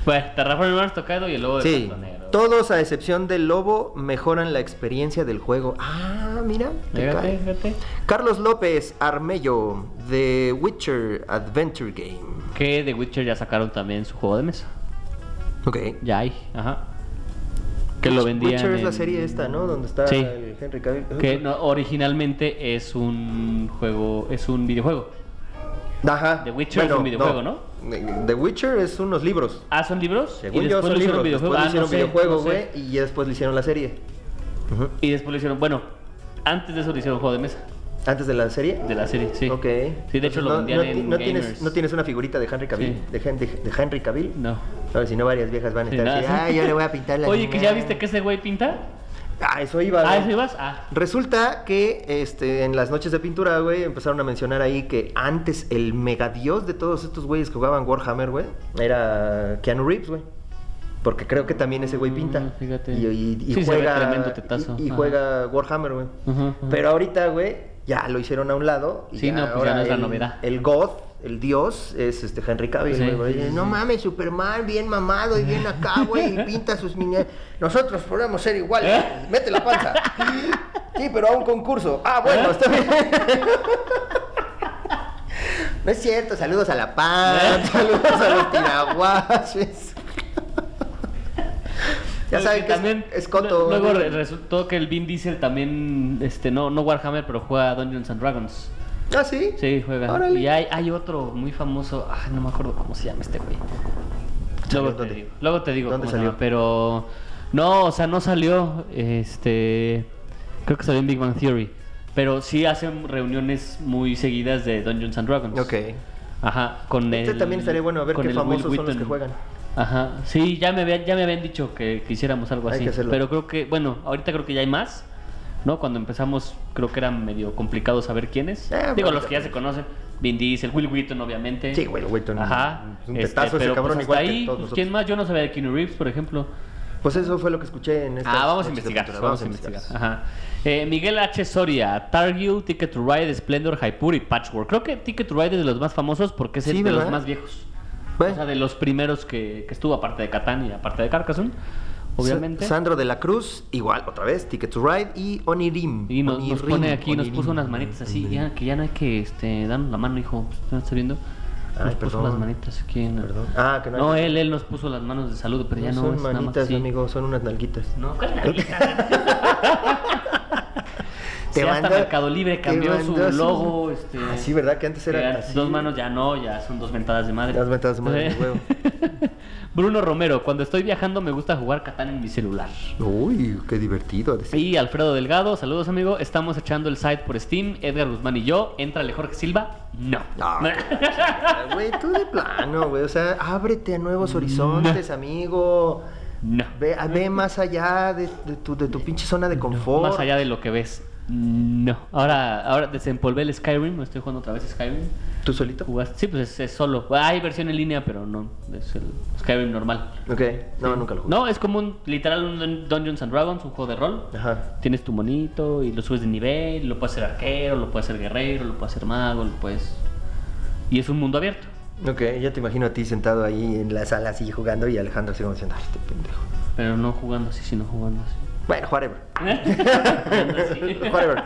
Speaker 1: Bueno, Terraform Mars Tokaido y Pues, el lobo de
Speaker 2: Sí,
Speaker 1: Pato Negro.
Speaker 2: todos a excepción del lobo mejoran la experiencia del juego. Ah, mira. te
Speaker 1: Fíjate,
Speaker 2: cae.
Speaker 1: fíjate.
Speaker 2: Carlos López Armello, The Witcher Adventure Game.
Speaker 1: Que The Witcher ya sacaron también su juego de mesa.
Speaker 2: Ok.
Speaker 1: Ya hay, ajá. Que lo vendían.
Speaker 2: Witcher es la
Speaker 1: en-
Speaker 2: serie esta, ¿no? Donde está
Speaker 1: Sí.
Speaker 2: el Henry Cavill.
Speaker 1: Que no, originalmente es un juego, es un videojuego.
Speaker 2: Ajá.
Speaker 1: The Witcher es un videojuego,
Speaker 2: ¿no? The Witcher es unos libros.
Speaker 1: Ah, son libros.
Speaker 2: Según yo, son
Speaker 1: le hicieron
Speaker 2: libros. Después le
Speaker 1: Ah,
Speaker 2: hicieron
Speaker 1: no sé,
Speaker 2: videojuego,
Speaker 1: no sé.
Speaker 2: güey, y después le hicieron la serie. Ujú.
Speaker 1: Y después le hicieron, bueno, antes de eso le hicieron juego de mesa
Speaker 2: ¿Antes de la serie?
Speaker 1: de la serie, sí.
Speaker 2: Ok.
Speaker 1: Sí, de hecho
Speaker 2: Entonces,
Speaker 1: lo
Speaker 2: no,
Speaker 1: vendían
Speaker 2: no ti-
Speaker 1: en
Speaker 2: no
Speaker 1: gamers.
Speaker 2: tienes, no tienes una figurita de Henry Cavill.
Speaker 1: Sí.
Speaker 2: De, Hen- de, de Henry Cavill.
Speaker 1: No.
Speaker 2: A ver, si no, varias viejas van a
Speaker 1: Sí,
Speaker 2: estar
Speaker 1: nada,
Speaker 2: así.
Speaker 1: sí.
Speaker 2: Ay, yo le voy a pintar la
Speaker 1: Oye, que
Speaker 2: niña".
Speaker 1: ya viste que ese güey pinta.
Speaker 2: Ah, eso iba.
Speaker 1: Ah,
Speaker 2: güey.
Speaker 1: ¿eso ibas? Ah.
Speaker 2: Resulta que este, en las noches de pintura, güey, empezaron a mencionar ahí que antes el megadios de todos estos güeyes que jugaban Warhammer, güey, era Keanu Reeves, güey. Porque creo que también ese güey pinta.
Speaker 1: Mm, fíjate.
Speaker 2: Y, y- y
Speaker 1: Sí, se ve
Speaker 2: juega.
Speaker 1: tremendo tetazo.
Speaker 2: Y, y
Speaker 1: Ajá.
Speaker 2: juega Warhammer, güey.
Speaker 1: Ajá, ajá.
Speaker 2: Pero ahorita, güey, ya lo hicieron a un lado. y
Speaker 1: Sí, no, pues ya
Speaker 2: ahora
Speaker 1: no es la
Speaker 2: el-
Speaker 1: novedad.
Speaker 2: El God, el dios, es este Henry Cavill,
Speaker 1: Sí,
Speaker 2: güey, güey.
Speaker 1: sí, sí,
Speaker 2: No
Speaker 1: sí.
Speaker 2: mames, Superman, bien mamado y bien acá, güey, y pinta sus miniaturas. Nosotros podemos ser iguales.
Speaker 1: ¿Eh?
Speaker 2: Mete la panza. Sí, pero a un concurso. Ah,
Speaker 1: ¿Eh?
Speaker 2: bueno, está bien. No es
Speaker 1: ¿Eh?
Speaker 2: cierto, saludos a la pan, saludos a los tiraguaches. Ya
Speaker 1: Oye,
Speaker 2: saben que es-
Speaker 1: también
Speaker 2: es coto.
Speaker 1: Luego re- resultó que el Vin Diesel también, este, no, no Warhammer, pero juega Dungeons and Dragons.
Speaker 2: Ah, sí.
Speaker 1: Sí, juega.
Speaker 2: Órale.
Speaker 1: Y hay, hay otro muy famoso, ay, no me acuerdo cómo se llama este güey. Luego te
Speaker 2: ¿Dónde?
Speaker 1: digo, luego te digo
Speaker 2: ¿Dónde
Speaker 1: cómo se
Speaker 2: salió?
Speaker 1: llama, pero no, o sea, no salió, este, creo que salió en Big Bang Theory, pero sí hacen reuniones muy seguidas de Dungeons and Dragons.
Speaker 2: Ok.
Speaker 1: Ajá, con
Speaker 2: Este
Speaker 1: el-
Speaker 2: también estaría bueno a ver
Speaker 1: con
Speaker 2: qué
Speaker 1: el Will
Speaker 2: famosos son los
Speaker 1: Wheaton.
Speaker 2: que juegan.
Speaker 1: Ajá, sí, ya me habían, ya me habían dicho que, que hiciéramos algo
Speaker 2: Hay
Speaker 1: así.
Speaker 2: que hacerlo.
Speaker 1: Pero creo que, bueno, ahorita creo que ya hay más, ¿no? Cuando empezamos, creo que era medio complicado saber quiénes.
Speaker 2: Eh,
Speaker 1: Digo,
Speaker 2: bueno,
Speaker 1: los
Speaker 2: ya
Speaker 1: que ya se conocen. Vin Diesel, Will Wheaton, obviamente.
Speaker 2: Sí, Will Wheaton.
Speaker 1: Ajá.
Speaker 2: Es un petazo ese
Speaker 1: pero,
Speaker 2: cabrón,
Speaker 1: pues,
Speaker 2: igual
Speaker 1: hasta
Speaker 2: que
Speaker 1: ahí,
Speaker 2: todos
Speaker 1: pues,
Speaker 2: nosotros.
Speaker 1: ¿Quién más? Yo no sabía de Keanu Reeves, por ejemplo.
Speaker 2: Pues eso fue lo que escuché en esta.
Speaker 1: Ah, vamos a investigar. Vamos a investigar. Ajá. Eh, Miguel H. Soria, Targil, Ticket to Ride, Splendor, Haipur y Patchwork. Creo que Ticket to Ride es de los más famosos porque es
Speaker 2: Sí,
Speaker 1: el de los
Speaker 2: ¿verdad?
Speaker 1: más viejos.
Speaker 2: Bueno.
Speaker 1: O sea, de los primeros que, que estuvo, aparte de Catán y aparte de Carcassonne, obviamente.
Speaker 2: Sa- Sandro de la Cruz, igual, otra vez, Ticket to Ride y Onirim.
Speaker 1: y nos, nos
Speaker 2: Onirim,
Speaker 1: pone aquí, nos
Speaker 2: Onirim.
Speaker 1: puso unas manitas así,
Speaker 2: Onirim.
Speaker 1: ya, que ya no hay que este, darnos la mano, hijo. ¿No estás viendo?
Speaker 2: Ay,
Speaker 1: Nos puso
Speaker 2: perdón.
Speaker 1: las manitas aquí. en-
Speaker 2: Perdón. Ah, que no hay-
Speaker 1: No, él, él nos puso las manos de saludo, pero ya
Speaker 2: No
Speaker 1: no.
Speaker 2: son
Speaker 1: es nada más
Speaker 2: manitas,
Speaker 1: así.
Speaker 2: amigo, son unas nalguitas.
Speaker 1: No, ¿cuál nalguita?
Speaker 2: Te
Speaker 1: Sí, hasta
Speaker 2: mando-
Speaker 1: Mercado Libre
Speaker 2: te
Speaker 1: cambió su
Speaker 2: mando su-
Speaker 1: logo. Este,
Speaker 2: Ah, sí, ¿verdad? Que antes era
Speaker 1: ya
Speaker 2: así.
Speaker 1: Dos manos ya no, ya son dos ventadas de madre.
Speaker 2: Dos ventadas de madre, huevo.
Speaker 1: Bruno Romero, cuando estoy viajando me gusta jugar Catán en mi celular.
Speaker 2: Uy, qué divertido. a decir.
Speaker 1: Y Alfredo Delgado, saludos amigo, estamos echando el site por Steam, Edgar Guzmán y yo, entrale Jorge Silva, no.
Speaker 2: No, Ah, Güey, tú de plano, güey. O sea, ábrete a
Speaker 1: Mm.
Speaker 2: nuevos horizontes, amigo.
Speaker 1: no.
Speaker 2: Ve, a- ve más allá de, de tu, de tu pinche zona de confort.
Speaker 1: Más allá de lo que ves. No. Ahora, ahora desempolvé el Skyrim, estoy jugando otra vez Skyrim.
Speaker 2: ¿Tú solito?
Speaker 1: ¿Jugaste? Sí, pues es, es solo. Hay versión en línea, pero no. Es el Skyrim normal.
Speaker 2: Ok, no, nunca lo jugué.
Speaker 1: No, es como un literal un Dun- Dungeons and Dragons, un juego de rol.
Speaker 2: Ajá.
Speaker 1: Tienes tu monito y lo subes de nivel, lo puedes hacer arquero, lo puedes hacer guerrero, lo puedes hacer mago, lo puedes y es un mundo abierto.
Speaker 2: Ok, ya te imagino a ti sentado ahí en la sala así jugando y Alejandro así como diciendo, "Ay, este pendejo.
Speaker 1: Pero no jugando así, sino jugando así.
Speaker 2: Bueno, whatever.
Speaker 1: Jugando así.
Speaker 2: whatever.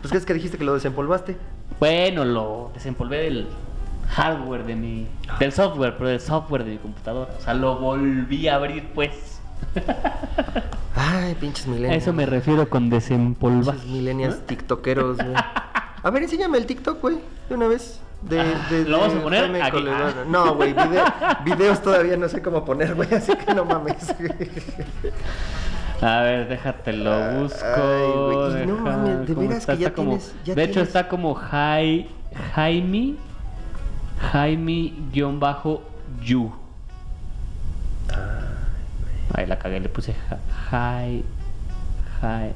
Speaker 2: Pues que es que dijiste que lo desempolvaste.
Speaker 1: Bueno, lo desempolvé del hardware de mi. del software, pero del software de mi computadora. O sea, lo volví a abrir, pues.
Speaker 2: Ay, pinches
Speaker 1: A
Speaker 2: milenios.
Speaker 1: eso me ¿Eh? refiero con desempolvar.
Speaker 2: Pinches milenias tiktokeros, güey. A ver, enséñame el tiktok, güey, de una vez. De, de-
Speaker 1: Ah, ¿lo vamos a
Speaker 2: de
Speaker 1: poner?
Speaker 2: Jaime
Speaker 1: Aquí.
Speaker 2: Coledoro.
Speaker 1: Ah.
Speaker 2: No, güey, vide- videos todavía no sé cómo poner, güey, así que no mames.
Speaker 1: A ver, déjatelo,
Speaker 2: Ay,
Speaker 1: busco.
Speaker 2: güey, y no
Speaker 1: deja-
Speaker 2: mames, de
Speaker 1: ¿cómo
Speaker 2: veras que ya
Speaker 1: Está como-
Speaker 2: tienes- ya
Speaker 1: de hecho,
Speaker 2: tienes-
Speaker 1: está como Jai- Jaime. Jaime-Yu.
Speaker 2: Ah,
Speaker 1: Ahí la cagué, le puse ja- Jai. Jai.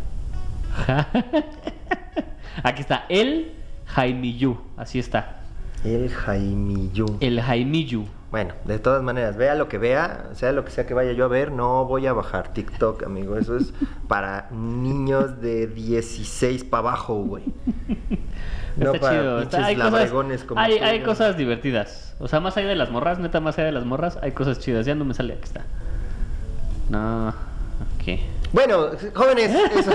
Speaker 1: ja- Aquí está, el Jaime-Yu. Así está,
Speaker 2: el Jaimillo.
Speaker 1: el Jaime-Yu.
Speaker 2: Bueno, de todas maneras, vea lo que vea, sea lo que sea que vaya yo a ver, no voy a bajar TikTok, amigo. Eso es para niños de 16 para abajo, güey. No
Speaker 1: está
Speaker 2: para
Speaker 1: chido. está-
Speaker 2: pinches
Speaker 1: hay cosas,
Speaker 2: labregones como
Speaker 1: hay,
Speaker 2: tú,
Speaker 1: hay
Speaker 2: güey.
Speaker 1: cosas divertidas. O sea, más allá de las morras, neta, más allá de las morras, hay cosas chidas. Ya no me sale, aquí está. No, aquí.
Speaker 2: Bueno, jóvenes, eso.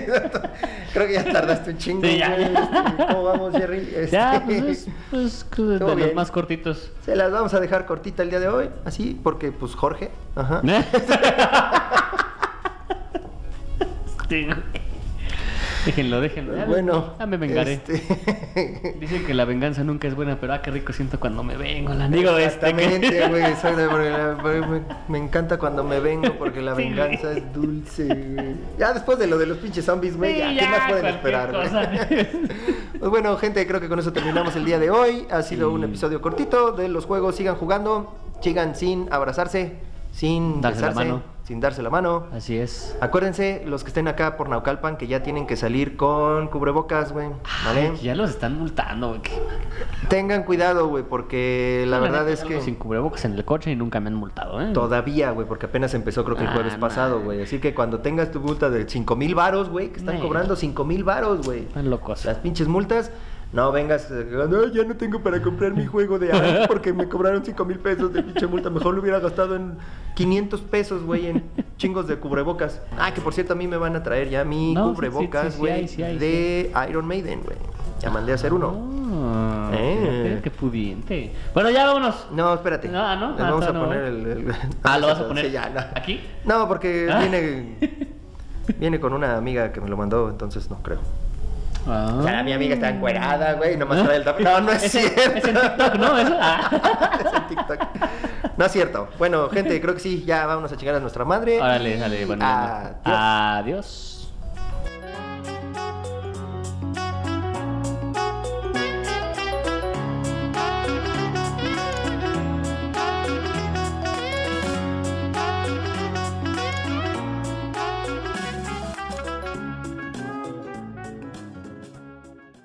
Speaker 2: Creo que ya tardaste un chingo.
Speaker 1: Sí, ya.
Speaker 2: güey. Este, ¿Cómo vamos, Jerry? Este,
Speaker 1: Ya, pues es, pues, que de
Speaker 2: Estuvo
Speaker 1: los
Speaker 2: bien.
Speaker 1: más cortitos.
Speaker 2: Se las vamos a dejar cortita el día de hoy, así, porque pues Jorge. Ajá.
Speaker 1: Este, güey. déjenlo, déjenlo. Ya,
Speaker 2: Bueno,
Speaker 1: ya me vengaré.
Speaker 2: este,
Speaker 1: Dicen que la venganza nunca es buena, pero ah, qué rico siento cuando me vengo. La digo este. que-
Speaker 2: Exactamente, güey. soy de- porque la- porque me, me encanta cuando me vengo porque la
Speaker 1: Sí,
Speaker 2: venganza
Speaker 1: güey.
Speaker 2: es dulce, güey. Ya después de lo de los pinches zombies, güey,
Speaker 1: Sí,
Speaker 2: ya, ¿qué
Speaker 1: ya,
Speaker 2: más pueden
Speaker 1: cualquier
Speaker 2: esperar, güey?
Speaker 1: cosa.
Speaker 2: Pues bueno, gente, creo que con eso terminamos el día de hoy. Ha sido un episodio cortito de los juegos. Sigan jugando, sigan sin abrazarse, sin
Speaker 1: Darse la
Speaker 2: besarse,
Speaker 1: mano.
Speaker 2: sin darse la mano.
Speaker 1: Así es.
Speaker 2: Acuérdense, los que estén acá por Naucalpan, que ya tienen que salir con cubrebocas, güey. ¿Vale?
Speaker 1: Ay, ya los están multando, güey. qué-
Speaker 2: Tengan cuidado, güey, porque la verdad
Speaker 1: neta,
Speaker 2: es que...
Speaker 1: salgo Sin cubrebocas en el coche y nunca me han multado, ¿eh?
Speaker 2: Todavía, güey, porque apenas empezó creo que el
Speaker 1: Ah,
Speaker 2: jueves
Speaker 1: no.
Speaker 2: pasado, güey. Así que cuando tengas tu multa de 5 mil varos, güey, que están
Speaker 1: Güey. Pues
Speaker 2: cobrando 5 mil varos, güey.
Speaker 1: Están locos.
Speaker 2: Las pinches multas, no vengas, eh, no, ya no tengo para comprar mi juego de Ark porque me cobraron 5 mil pesos de pinche multa. Mejor lo hubiera gastado en 500 pesos, güey, en chingos de cubrebocas. Ah, que por cierto, a mí me van a traer ya
Speaker 1: No, sí,
Speaker 2: mi
Speaker 1: sí, sí,
Speaker 2: cubrebocas,
Speaker 1: sí
Speaker 2: güey,
Speaker 1: hay, sí hay,
Speaker 2: de Iron Maiden, güey. Ya mandé a hacer uno. Eh.
Speaker 1: Ah. Ah, fíjate, qué pudiente. Bueno, ya vámonos.
Speaker 2: No, espérate.
Speaker 1: No, ah, no,
Speaker 2: Les
Speaker 1: ah,
Speaker 2: vamos a
Speaker 1: no.
Speaker 2: poner el, el-
Speaker 1: Ah, ¿lo vas a
Speaker 2: Sí,
Speaker 1: poner
Speaker 2: ya, no.
Speaker 1: aquí?
Speaker 2: No, porque
Speaker 1: Ah.
Speaker 2: viene, viene con una amiga que me lo mandó, entonces no creo.
Speaker 1: Ah.
Speaker 2: Ya, mi amiga está encuerada, güey, nomás trae el tap. No, no
Speaker 1: Es
Speaker 2: es,
Speaker 1: en-
Speaker 2: cierto.
Speaker 1: es en TikTok, ¿no? Eso, ah.
Speaker 2: Es en TikTok. No es cierto. Bueno, gente, creo que sí, ya vámonos a chingar a nuestra madre.
Speaker 1: Órale,
Speaker 2: Y
Speaker 1: dale, bueno.
Speaker 2: adiós.
Speaker 1: Adiós.